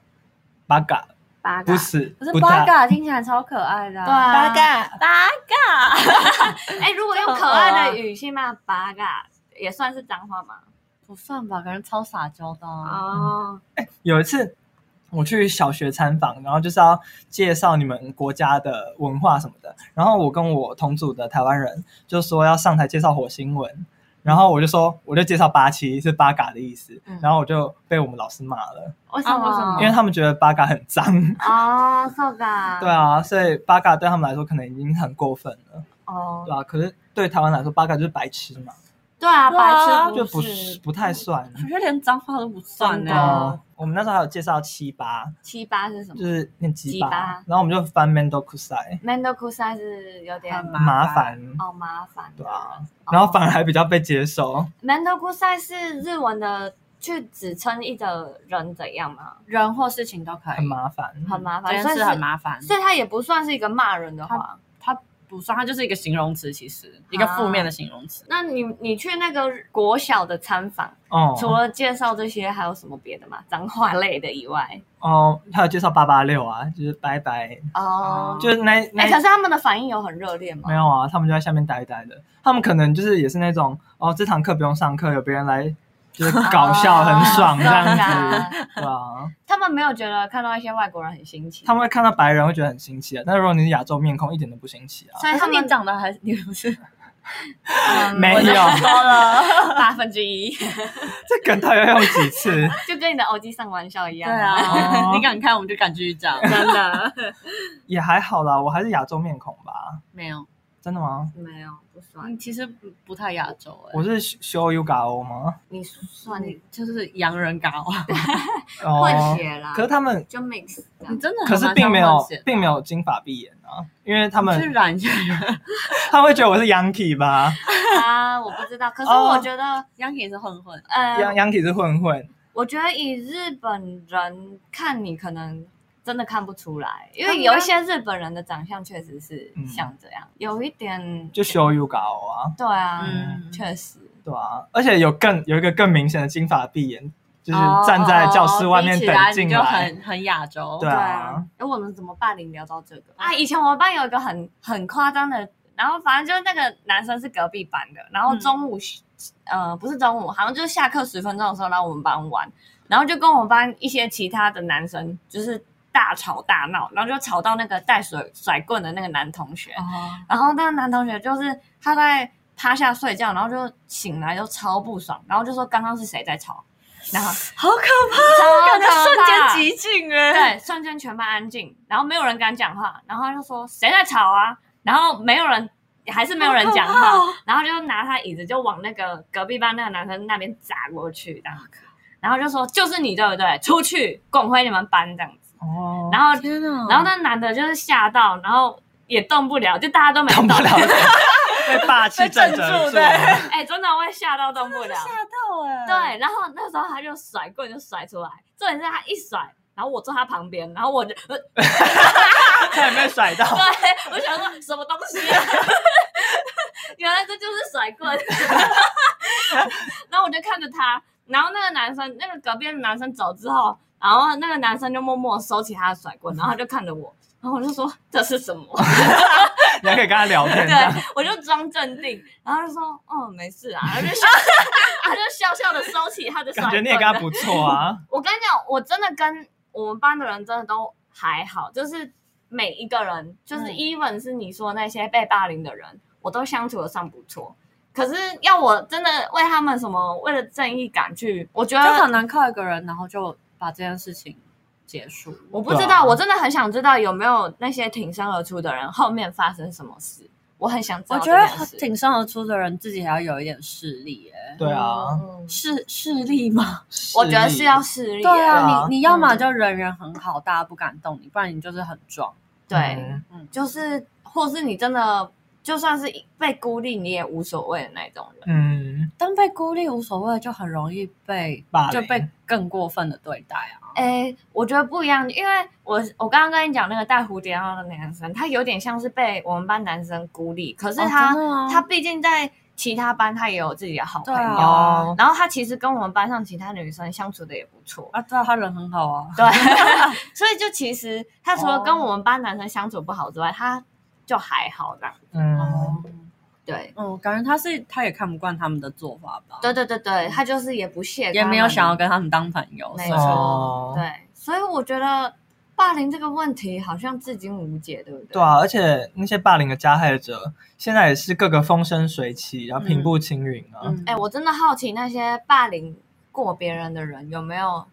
[SPEAKER 2] 八嘎
[SPEAKER 1] 八嘎
[SPEAKER 2] 不死
[SPEAKER 3] 可是
[SPEAKER 2] 不
[SPEAKER 3] 八
[SPEAKER 2] 他，
[SPEAKER 3] 嘎听起来超可爱的、
[SPEAKER 1] 对啊，
[SPEAKER 2] 八嘎
[SPEAKER 3] 八嘎，
[SPEAKER 1] 哎，如果用可 爱的语气骂八嘎，也算是脏话吗？
[SPEAKER 3] 不算吧，感觉超撒娇的、啊。
[SPEAKER 1] 哦，
[SPEAKER 2] 有一次我去小学参访，然后就是要介绍你们国家的文化什么的，然后我跟我同组的台湾人就说要上台介绍火星文。然后我就说，我就介绍八七是八嘎的意思，
[SPEAKER 1] 嗯
[SPEAKER 2] 然后我就被我们老师骂了，
[SPEAKER 1] 为什么？
[SPEAKER 3] 啊为什么
[SPEAKER 2] 因为他们觉得八嘎很脏，
[SPEAKER 1] 哦，so 嘎，
[SPEAKER 2] 对，啊，所以八嘎对他们来说可能已经很过分了，对
[SPEAKER 1] 哦，
[SPEAKER 2] 啊，可是对台湾来说，八嘎就是白痴嘛，
[SPEAKER 1] 对啊，
[SPEAKER 3] 对啊
[SPEAKER 1] 白痴
[SPEAKER 2] 就不
[SPEAKER 1] 不
[SPEAKER 2] 是
[SPEAKER 1] 是
[SPEAKER 2] 不太算。
[SPEAKER 3] 我觉得连脏话都不算呢、
[SPEAKER 1] 真的
[SPEAKER 2] 哦，我们那时候还有介绍七八，
[SPEAKER 1] 七八是什
[SPEAKER 2] 就
[SPEAKER 1] 么
[SPEAKER 2] 是念鸡
[SPEAKER 1] 鸡巴
[SPEAKER 2] 然后我们就翻 Mendo Kusai，
[SPEAKER 1] ？Mendo Kusai 是有点
[SPEAKER 3] 很
[SPEAKER 2] 麻
[SPEAKER 3] 麻
[SPEAKER 2] 烦
[SPEAKER 3] 烦，
[SPEAKER 1] 哦麻烦的哦
[SPEAKER 2] 对，啊，然后反而还比较被接受，
[SPEAKER 1] Mendo Kusai 是日文的去指称一个人怎样吗？
[SPEAKER 3] 人或事情都可
[SPEAKER 2] 很
[SPEAKER 3] 以，
[SPEAKER 2] 麻烦。
[SPEAKER 1] 很麻
[SPEAKER 3] 这
[SPEAKER 1] 烦，所
[SPEAKER 3] 件
[SPEAKER 1] 以是
[SPEAKER 3] 事很麻烦。
[SPEAKER 1] 所以它也不算是一个骂人的话。
[SPEAKER 3] 它不算，它就是一个形容词，其实一个负面的形容词。
[SPEAKER 1] 那你你去那个国小的参访，
[SPEAKER 2] 哦
[SPEAKER 1] 除了介绍这些，还有什么别的吗？脏话类的以外，
[SPEAKER 2] 哦，还有介绍八八六啊，就是拜拜，
[SPEAKER 1] 哦
[SPEAKER 3] 哦，
[SPEAKER 2] 就是那那
[SPEAKER 1] 哎，可是他们的反应有很热烈吗
[SPEAKER 2] 没？有啊，他们就在下面呆呆的，他们可能就是也是那种哦，这堂课不用上课，有别人来就是搞笑 很
[SPEAKER 1] 哦
[SPEAKER 2] 爽这样
[SPEAKER 1] 啊
[SPEAKER 2] 子，
[SPEAKER 1] 子。
[SPEAKER 2] 对啊，
[SPEAKER 1] 他们没有觉得看到一些外国人很新奇，
[SPEAKER 2] 他们会看到白人会觉得很新奇啊，但是如果你是亚洲面孔，一点都不新奇啊，
[SPEAKER 1] 所以他们
[SPEAKER 3] 长得还你不是
[SPEAKER 1] 嗯
[SPEAKER 2] 没
[SPEAKER 1] 我就
[SPEAKER 2] 有
[SPEAKER 1] 说了八分之一，
[SPEAKER 2] 这梗到底要用几次？
[SPEAKER 1] 就跟你的欧弟上玩笑一
[SPEAKER 3] 对
[SPEAKER 1] 样。
[SPEAKER 3] 啊，
[SPEAKER 2] 哦
[SPEAKER 3] 你敢看我们就敢继续讲，真的
[SPEAKER 2] 也还好啦，我还是亚洲面孔吧。
[SPEAKER 3] 没有。
[SPEAKER 2] 真的吗？
[SPEAKER 1] 没有不算，
[SPEAKER 3] 你其实不不太亚洲哎、
[SPEAKER 2] 我是修 U 嘎欧吗？
[SPEAKER 1] 你算
[SPEAKER 3] 你就是洋人搞，
[SPEAKER 2] 哦，
[SPEAKER 1] 混血啦，
[SPEAKER 2] 可是他们，
[SPEAKER 1] 就 mix 这样
[SPEAKER 3] 你真的
[SPEAKER 2] 可
[SPEAKER 3] 还
[SPEAKER 2] 是
[SPEAKER 3] 蛮
[SPEAKER 2] 并没
[SPEAKER 3] 像
[SPEAKER 2] 有
[SPEAKER 3] 混
[SPEAKER 1] 啊
[SPEAKER 3] 血的，
[SPEAKER 2] 并没有金发碧眼啊，因为他
[SPEAKER 3] 去
[SPEAKER 2] 们
[SPEAKER 3] 染一下，
[SPEAKER 2] 他会觉得我是 Yankee 吧
[SPEAKER 1] 啊，我不知道。可是我觉得，
[SPEAKER 3] 杨也是混混，
[SPEAKER 1] 呃，
[SPEAKER 2] ，Yan Yankee 是混混，
[SPEAKER 1] 我觉得以日本人看你，可能真的看不出来，因
[SPEAKER 3] 当
[SPEAKER 1] 为
[SPEAKER 3] 然
[SPEAKER 1] 有一些日本人的长相确实是
[SPEAKER 2] 嗯
[SPEAKER 1] 像这样，有一点
[SPEAKER 2] 就修 U 嘎欧啊，
[SPEAKER 1] 对啊，
[SPEAKER 3] 嗯
[SPEAKER 1] 确实。
[SPEAKER 2] 对啊，而且有更有一个更明显的金发碧眼，就是
[SPEAKER 1] 哦
[SPEAKER 2] 站在教室外
[SPEAKER 3] 哦
[SPEAKER 2] 面等进
[SPEAKER 3] 你就
[SPEAKER 2] 来，
[SPEAKER 3] 很很亚洲。
[SPEAKER 2] 对啊，
[SPEAKER 1] 哎，我们怎么霸凌聊到这个啊？以前我们班有一个很很夸张的，然后反正就是那个男生是隔壁班的，然后中午、呃不是中午，好像就是下课十分钟的时候来我们班玩，然后就跟我们班一些其他的男生就是大吵大闹，然后就吵到那个带水甩棍的那个男同学，
[SPEAKER 3] 哦，
[SPEAKER 1] 然后那个男同学就是他在趴下睡觉，然后就醒来就超不爽，然后就说刚刚是谁在吵，然 后
[SPEAKER 3] 好可怕，
[SPEAKER 1] 超
[SPEAKER 3] 感觉
[SPEAKER 1] 可怕
[SPEAKER 3] 瞬间极静 哎。
[SPEAKER 1] 对，瞬间全班安静，然后没有人敢讲话，然后他就说谁在吵啊？然后没有人，还是没有人讲话，
[SPEAKER 3] 好可怕哦
[SPEAKER 1] 然后就拿他椅子就往那个隔壁班那个男生那边砸过去，这样子，然后就说就是你对不对？出去滚回你们班这样子，
[SPEAKER 2] 哦，
[SPEAKER 1] 然后
[SPEAKER 3] 天哪！
[SPEAKER 1] 然后那男的就是吓到，然后也动不了，就大家都没
[SPEAKER 2] 动不了， 被霸气
[SPEAKER 3] 被镇
[SPEAKER 2] 震
[SPEAKER 3] 住
[SPEAKER 2] 住，
[SPEAKER 3] 对
[SPEAKER 1] 哎、真的会吓到动不了，
[SPEAKER 3] 吓到哎。
[SPEAKER 1] 对，然后那时候他就甩棍就甩出来，重点是他一甩。然后我坐他旁边，然后我就，呃
[SPEAKER 2] 差点被甩到。
[SPEAKER 1] 对，我想说什么东西、啊？ 原来这就是甩棍。然后我就看着他，然后那个男生，那个隔壁的男生走之后，然后那个男生就默默收起他的甩棍，然后他就看着我，然后我就说这是 什么？
[SPEAKER 2] 你还可以跟他聊天，
[SPEAKER 1] 对
[SPEAKER 2] 这样，
[SPEAKER 1] 我就装镇定，然后就说嗯没事啊，然后就笑， 他就笑笑的收起他的甩
[SPEAKER 2] 感
[SPEAKER 1] 棍。
[SPEAKER 2] 觉你也跟他不错啊。
[SPEAKER 1] 我跟你讲，我真的跟我们班的人真的都还好，就是每一个人，就是
[SPEAKER 3] 嗯
[SPEAKER 1] even 是你说那些被霸凌的人，我都相处的算不错。可是要我真的为他们什么，为了正义感去，我觉
[SPEAKER 3] 就
[SPEAKER 1] 得
[SPEAKER 3] 很难靠一个人，然后就把这件事情结束。
[SPEAKER 1] 我不知
[SPEAKER 2] 对啊
[SPEAKER 1] 道，我真的很想知道有没有那些挺身而出的人后面发生什么事，我很想知
[SPEAKER 3] 我
[SPEAKER 1] 道
[SPEAKER 3] 觉
[SPEAKER 1] 这件
[SPEAKER 3] 得
[SPEAKER 1] 事。
[SPEAKER 3] 挺身而出的人，自己还要有一点势力哎。
[SPEAKER 2] 对啊，
[SPEAKER 1] 嗯，
[SPEAKER 3] 势势力吗？
[SPEAKER 1] 我觉得是要
[SPEAKER 2] 势
[SPEAKER 1] 势力
[SPEAKER 3] 对
[SPEAKER 1] 耶，
[SPEAKER 3] 啊，你你要么
[SPEAKER 1] 嗯
[SPEAKER 3] 就人缘很好，大家不敢动你，不然你就是很壮。
[SPEAKER 2] 力
[SPEAKER 1] 对，
[SPEAKER 2] 嗯
[SPEAKER 1] 就是或是你真的就算是被孤立，你也无所谓的那种人。
[SPEAKER 2] 嗯，
[SPEAKER 3] 但被孤立无所谓，就很容易被
[SPEAKER 2] 霸
[SPEAKER 3] 就
[SPEAKER 2] 凌
[SPEAKER 3] 被更过分的对待啊。
[SPEAKER 1] 诶，哎我觉得不一样，因为我我刚刚跟你讲那个戴蝴蝶帽的男生，他有点像是被我们班男生孤立，可是他、
[SPEAKER 3] 哦真的吗
[SPEAKER 1] 他毕竟在其他班他也有自己的好朋友，
[SPEAKER 3] 对啊
[SPEAKER 2] 哦，
[SPEAKER 1] 然后他其实跟我们班上其他女生相处的也不错，
[SPEAKER 3] 啊，对啊，他人很好啊。
[SPEAKER 1] 对，所以就其实他除了跟我们班男生相处不好之外，他就还好这样，哦
[SPEAKER 2] 嗯，
[SPEAKER 1] 对。
[SPEAKER 3] 嗯，哦感觉他是他也看不惯他们的做法吧，
[SPEAKER 1] 对对对对，他就是也不屑，
[SPEAKER 3] 也没有想要跟他们当朋友，
[SPEAKER 1] 没
[SPEAKER 3] 所以
[SPEAKER 1] 错
[SPEAKER 2] 哦
[SPEAKER 1] 对，所以我觉得霸凌这个问题好像至今无解，对不对？
[SPEAKER 2] 对啊，而且那些霸凌的加害者现在也是各个风生水起，然后平步青云啊。
[SPEAKER 3] 嗯，
[SPEAKER 1] 哎、我真的好奇那些霸凌过别人的人有没有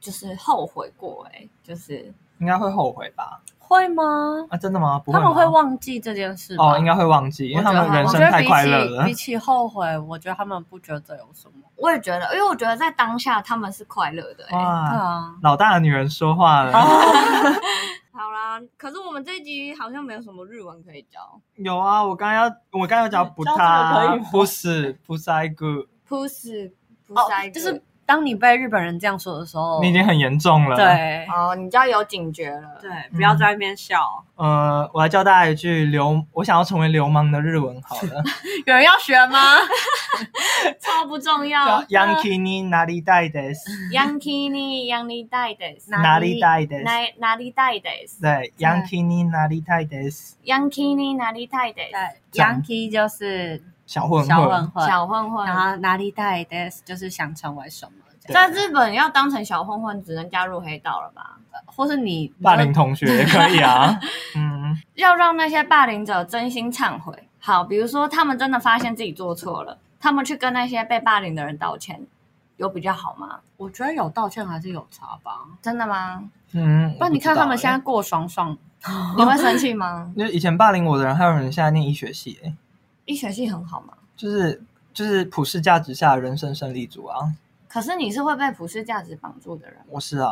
[SPEAKER 1] 就是后悔过、哎，就是
[SPEAKER 2] 应该会后悔吧？
[SPEAKER 3] 会吗？
[SPEAKER 2] 啊，真的吗？不
[SPEAKER 3] 他
[SPEAKER 2] 会吗，
[SPEAKER 3] 们会忘记这件事吧
[SPEAKER 2] 哦，应该会忘记，因为他们人
[SPEAKER 3] 我
[SPEAKER 2] 生
[SPEAKER 3] 觉得
[SPEAKER 2] 太
[SPEAKER 3] 比
[SPEAKER 2] 快乐
[SPEAKER 3] 起
[SPEAKER 2] 了
[SPEAKER 3] 比。起后悔，我觉得他们不觉得有什么。
[SPEAKER 1] 我也觉得，因为我觉得在当下他们是快乐的、哎，
[SPEAKER 3] 对
[SPEAKER 2] 哇，
[SPEAKER 3] 啊，
[SPEAKER 2] 老大的女人说话了。
[SPEAKER 1] 好啦，可是我们这一集好像没有什么日文可以教。
[SPEAKER 2] 有啊，我刚刚要，我刚刚要讲不
[SPEAKER 3] 教这个
[SPEAKER 2] 他
[SPEAKER 3] 可以吗，
[SPEAKER 2] 不是不塞哥，
[SPEAKER 1] puss
[SPEAKER 3] 哦
[SPEAKER 1] puss，
[SPEAKER 3] 就是当你被日本人这样说的时候，
[SPEAKER 2] 你已经很严重了。，
[SPEAKER 3] 对
[SPEAKER 1] 哦，你就要有警觉了。，
[SPEAKER 3] 对，
[SPEAKER 2] 不要在
[SPEAKER 3] 那边笑，
[SPEAKER 2] 呃，我来教大家一句流，我想要成为流氓的日文好 了。
[SPEAKER 3] 嗯有人要学吗？
[SPEAKER 1] 超不重要
[SPEAKER 2] 叫。Yankee ni nari dai des，
[SPEAKER 1] Yankee 呢？Yankee 带的，
[SPEAKER 2] 哪里带的
[SPEAKER 1] 哪哪里带的
[SPEAKER 2] 对，Yankee ni nari dai des，
[SPEAKER 1] ？Yankee 呢？哪里带的？
[SPEAKER 3] 对
[SPEAKER 2] 样
[SPEAKER 3] ，Yankee 就是
[SPEAKER 2] 小混
[SPEAKER 3] 小混
[SPEAKER 2] 混。
[SPEAKER 3] 混，
[SPEAKER 1] 小混混。
[SPEAKER 3] 然后哪里带的就是想成为什么这样，
[SPEAKER 1] 在日本要当成小混混，只能加入黑道了吧？
[SPEAKER 3] 或是你
[SPEAKER 2] 霸凌同学也可以啊，嗯，
[SPEAKER 1] 要让那些霸凌者真心忏悔。好，比如说他们真的发现自己做错了，他们去跟那些被霸凌的人道歉，有比较好吗？
[SPEAKER 3] 我觉得有道歉还是有差吧。
[SPEAKER 1] 真的吗？
[SPEAKER 2] 嗯，
[SPEAKER 3] 不然你看他们现在
[SPEAKER 2] 在，
[SPEAKER 3] 过爽爽，
[SPEAKER 1] 你会生气 吗？
[SPEAKER 2] 就是以前霸凌我的人，还有人现在念医学系、欸，
[SPEAKER 1] 医学系很好吗？
[SPEAKER 2] 就是就是普世价值下的人生胜利组啊，
[SPEAKER 1] 可是你是会被普世价值绑住的人
[SPEAKER 2] 我是啊，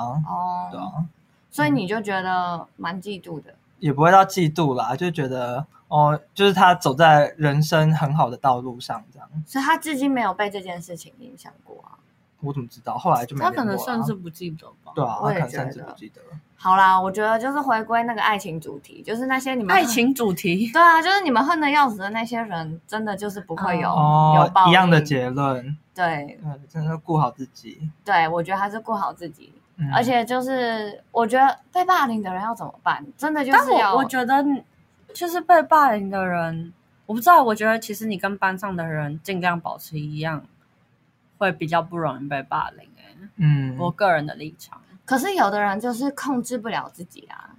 [SPEAKER 2] 对
[SPEAKER 1] 哦，
[SPEAKER 2] 啊，
[SPEAKER 1] 所以你就觉得蛮嫉妒的。
[SPEAKER 2] 也不会到嫉妒啦，就觉得哦，就是他走在人生很好的道路上这样。
[SPEAKER 1] 所以他至今没有被这件事情影响过啊。
[SPEAKER 2] 我怎么知道？后来就没
[SPEAKER 3] 他
[SPEAKER 2] 联
[SPEAKER 3] 可
[SPEAKER 2] 络啊
[SPEAKER 3] 能
[SPEAKER 2] 啦
[SPEAKER 3] 甚至不记得吧。
[SPEAKER 2] 对啊，他
[SPEAKER 1] 我
[SPEAKER 2] 可
[SPEAKER 1] 也
[SPEAKER 2] 能
[SPEAKER 1] 觉
[SPEAKER 2] 甚至
[SPEAKER 1] 得
[SPEAKER 2] 不记得了。
[SPEAKER 1] 好啦，我觉得就是回归那个爱情主题，就是那些你们
[SPEAKER 3] 爱，情主题，
[SPEAKER 1] 对啊，就是你们恨的要死的那些人，真的就是不会有、有
[SPEAKER 2] 哦
[SPEAKER 1] 报，应
[SPEAKER 2] 一样的结论，
[SPEAKER 1] 对
[SPEAKER 2] 嗯，真的顾好自己。
[SPEAKER 1] 对，我觉得还是顾好自己。
[SPEAKER 2] 嗯、
[SPEAKER 1] 而且就是，我觉得被霸凌的人要怎么办？真 的就
[SPEAKER 3] 但
[SPEAKER 1] 是要，
[SPEAKER 3] 我我觉得就是被霸凌的人，我不知道。我觉得其实你跟班上的人尽量保持一样，会比较不容易被霸凌、欸。
[SPEAKER 2] 嗯，
[SPEAKER 3] 我个人的立场，
[SPEAKER 1] 可是有的人就是控制不了自己啊，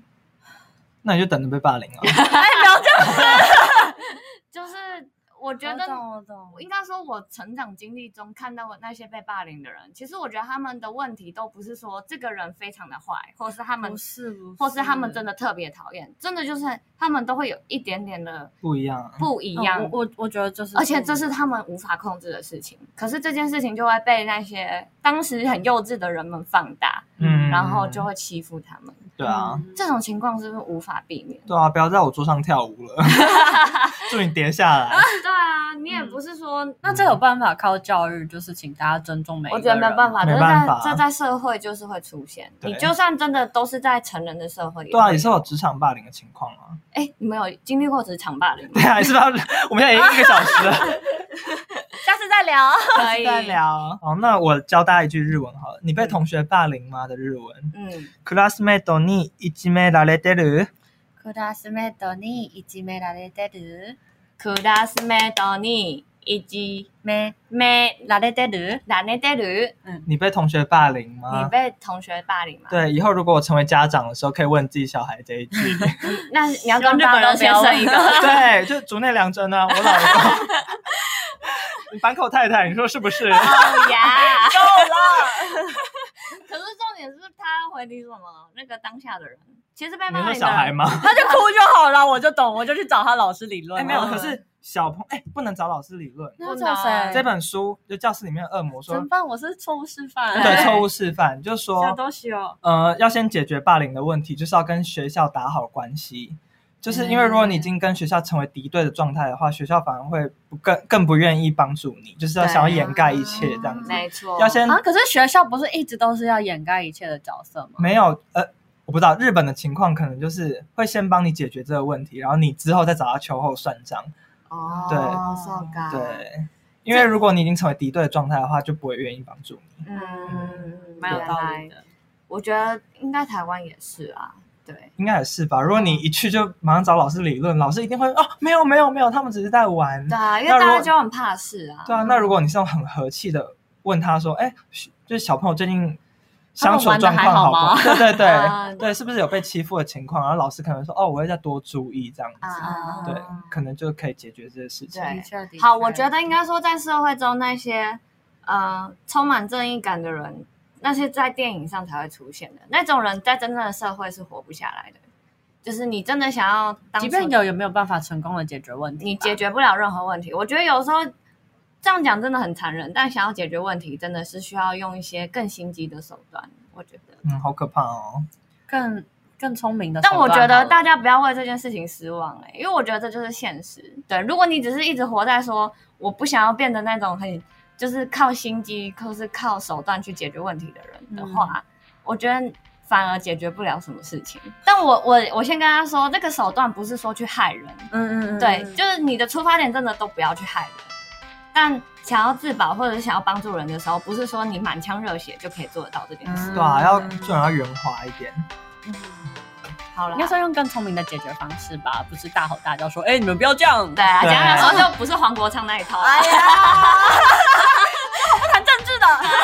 [SPEAKER 2] 那你就等着被霸凌啊。
[SPEAKER 1] 就是我觉得
[SPEAKER 3] 我懂
[SPEAKER 1] 我应该说，我成长经历中看到的那些被霸凌的人，其实我觉得他们的问题都不是说这个人非常的坏，或是他们
[SPEAKER 3] 不，是不是，
[SPEAKER 1] 或是他们真的特别讨厌，真的就是他们都会有一点点的
[SPEAKER 2] 不一样，啊
[SPEAKER 1] 不一
[SPEAKER 3] 一
[SPEAKER 1] 样，
[SPEAKER 3] 嗯哦我我我觉得就是，
[SPEAKER 1] 而
[SPEAKER 2] 嗯
[SPEAKER 1] 且这是他们无法控制的事情。可是这件事情就会被那些当时很幼稚的人们放大，
[SPEAKER 2] 嗯，
[SPEAKER 1] 然后就会欺负他们。
[SPEAKER 2] 对啊，
[SPEAKER 1] 这种情况是不是无法避免？
[SPEAKER 2] 对啊，不要在我桌上跳舞 了，祝你跌下来。
[SPEAKER 1] 对啊，你也
[SPEAKER 3] 嗯
[SPEAKER 1] 不是说
[SPEAKER 3] 那这有办法靠教育，就是请大家尊重每一个
[SPEAKER 1] 我
[SPEAKER 3] 人。
[SPEAKER 1] 觉得没办法，
[SPEAKER 2] 没
[SPEAKER 1] 这
[SPEAKER 2] 办
[SPEAKER 1] 在
[SPEAKER 2] 法啊
[SPEAKER 1] 这在社会就是会出现。
[SPEAKER 2] 对
[SPEAKER 1] 你就算真的都是在成人的社会，
[SPEAKER 2] 对啊，也是有。职场霸凌的情况啊。
[SPEAKER 1] 哎，你们有经历过职场霸凌吗？
[SPEAKER 2] 对啊，也是吧？我们现在已经一个小时了，
[SPEAKER 1] 下次再聊， 可以
[SPEAKER 2] 再。聊。好，那我教大家一句日文好了。你被同学霸凌吗？的日文。
[SPEAKER 1] 嗯，
[SPEAKER 2] classmate にいじめられてる。
[SPEAKER 3] クラスメートにいじめられてる
[SPEAKER 1] クラスメートにいじ
[SPEAKER 3] め
[SPEAKER 1] め
[SPEAKER 3] られてる
[SPEAKER 1] られてる。
[SPEAKER 2] 你被同学霸凌
[SPEAKER 1] 你
[SPEAKER 2] 吗？
[SPEAKER 1] 被同学霸凌吗？，
[SPEAKER 2] 对，以后如果我成为家长的时候，可以问自己小孩 这一句。
[SPEAKER 1] 那你要跟
[SPEAKER 3] 希望
[SPEAKER 1] 大家
[SPEAKER 3] 日本人
[SPEAKER 1] 都先
[SPEAKER 3] 不要
[SPEAKER 1] 生一
[SPEAKER 3] 问
[SPEAKER 1] 个。哦
[SPEAKER 2] 对，就竹内良真啊，我 老公。你反口太太，你说是不是？
[SPEAKER 1] 哦呀，够了。 可是重点是他回你什么？那个当下的人，其实被
[SPEAKER 2] 你
[SPEAKER 1] 霸
[SPEAKER 2] 说
[SPEAKER 1] 凌
[SPEAKER 2] 小
[SPEAKER 1] 的
[SPEAKER 2] 孩
[SPEAKER 1] 人，
[SPEAKER 2] 吗？
[SPEAKER 3] 他就哭就好了，我就懂，我就去找他老师理论。
[SPEAKER 2] 哎，没有，
[SPEAKER 1] 嗯
[SPEAKER 2] 可是小朋哎，不能找老师理论。
[SPEAKER 3] 那要找
[SPEAKER 1] 对
[SPEAKER 3] 谁？
[SPEAKER 2] 这本书就教室里面的恶魔
[SPEAKER 3] 怎么
[SPEAKER 2] 说，
[SPEAKER 3] 办？我是错误示范。
[SPEAKER 1] 对
[SPEAKER 2] 对错误示范，就 说
[SPEAKER 3] 都需要。
[SPEAKER 2] 呃，要先解决霸凌的问题，就是要跟学校打好关系。就是因为如果你已经跟学校成为敌对的状态的话，学校反而会不更更不愿意帮助你，就是要想要掩盖一切这样子。
[SPEAKER 1] 没错，
[SPEAKER 2] 要先
[SPEAKER 3] 啊，可是学校不是一直都是要掩盖一切的角色吗？
[SPEAKER 2] 没有呃，我不知道日本的情况，可能就是会先帮你解决这个问题，然后你之后再找他秋后算账。
[SPEAKER 1] 哦，
[SPEAKER 2] 对
[SPEAKER 1] 受感，
[SPEAKER 2] 对，因为如果你已经成为敌对的状态的话，就不会愿意帮助你。
[SPEAKER 1] 嗯，
[SPEAKER 3] 蛮有道理
[SPEAKER 1] 原来。
[SPEAKER 3] 的。
[SPEAKER 1] 我觉得应该台湾也是啊，对，
[SPEAKER 2] 应该也是吧？如果你一去就马上找老师理论，老师一定会哦，没有没有没有，他们只是在玩。
[SPEAKER 1] 对啊，因为
[SPEAKER 2] 那
[SPEAKER 1] 大
[SPEAKER 2] 如
[SPEAKER 1] 家
[SPEAKER 2] 果
[SPEAKER 1] 就很怕事啊。
[SPEAKER 2] 对啊，那如果你是用很和气的问他说，哎，就是小朋友最近
[SPEAKER 3] 他
[SPEAKER 2] 相
[SPEAKER 3] 们
[SPEAKER 2] 处
[SPEAKER 3] 玩得
[SPEAKER 2] 状
[SPEAKER 3] 还
[SPEAKER 2] 况
[SPEAKER 3] 好
[SPEAKER 2] 不好？
[SPEAKER 3] 吗
[SPEAKER 2] 对对
[SPEAKER 1] 啊
[SPEAKER 2] 对对，是不是有被欺负的情况？然后老师可能说，哦，我会再多注意这样
[SPEAKER 1] 啊
[SPEAKER 2] 子，
[SPEAKER 1] 啊，
[SPEAKER 2] 对
[SPEAKER 1] 啊，
[SPEAKER 2] 可能就可以解决这个事情。
[SPEAKER 1] 对
[SPEAKER 3] 的确的确
[SPEAKER 1] 好，我觉得应该说在社会中那些呃充满正义感的人，那些在电影上才会出现的那种人，在真正的社会是活不下来的。就是你真的想要当，
[SPEAKER 3] 即便有，也没有办法成功的解决问题吧。
[SPEAKER 1] 你解决不了任何问题。我觉得有时候这样讲真的很残忍，但想要解决问题，真的是需要用一些更心机的手段。我觉得，
[SPEAKER 2] 嗯，好可怕哦。
[SPEAKER 3] 更更聪明的 手
[SPEAKER 1] 但
[SPEAKER 3] 段好
[SPEAKER 1] 我
[SPEAKER 3] 了。
[SPEAKER 1] 觉得大家不要为这件事情失望、欸，因为我觉得这就是现实。对，如果你只是一直活在说我不想要变得那种很就是靠心机或是靠手段去解决问题的人的
[SPEAKER 3] 嗯
[SPEAKER 1] 话，我觉得反而解决不了什么事情。但我我我先跟他说，这个手段不是说去害人，
[SPEAKER 3] 嗯，嗯嗯嗯，
[SPEAKER 1] 对，就是你的出发点真的都不要去害人。但想要自保或者是想要帮助人的时候，不是说你满腔热血就可以做得到这件事。
[SPEAKER 3] 嗯
[SPEAKER 2] 对啊，要最好要圆滑一点。
[SPEAKER 1] 好了
[SPEAKER 3] 应该，说用更聪明的解决方式吧，不是大吼大叫说，哎、你们不要这样。
[SPEAKER 1] 对啊，
[SPEAKER 2] 对
[SPEAKER 1] 讲
[SPEAKER 3] 哎
[SPEAKER 1] 讲说就不是黄国昌那一套啊。
[SPEAKER 3] 呀，我不谈政治的。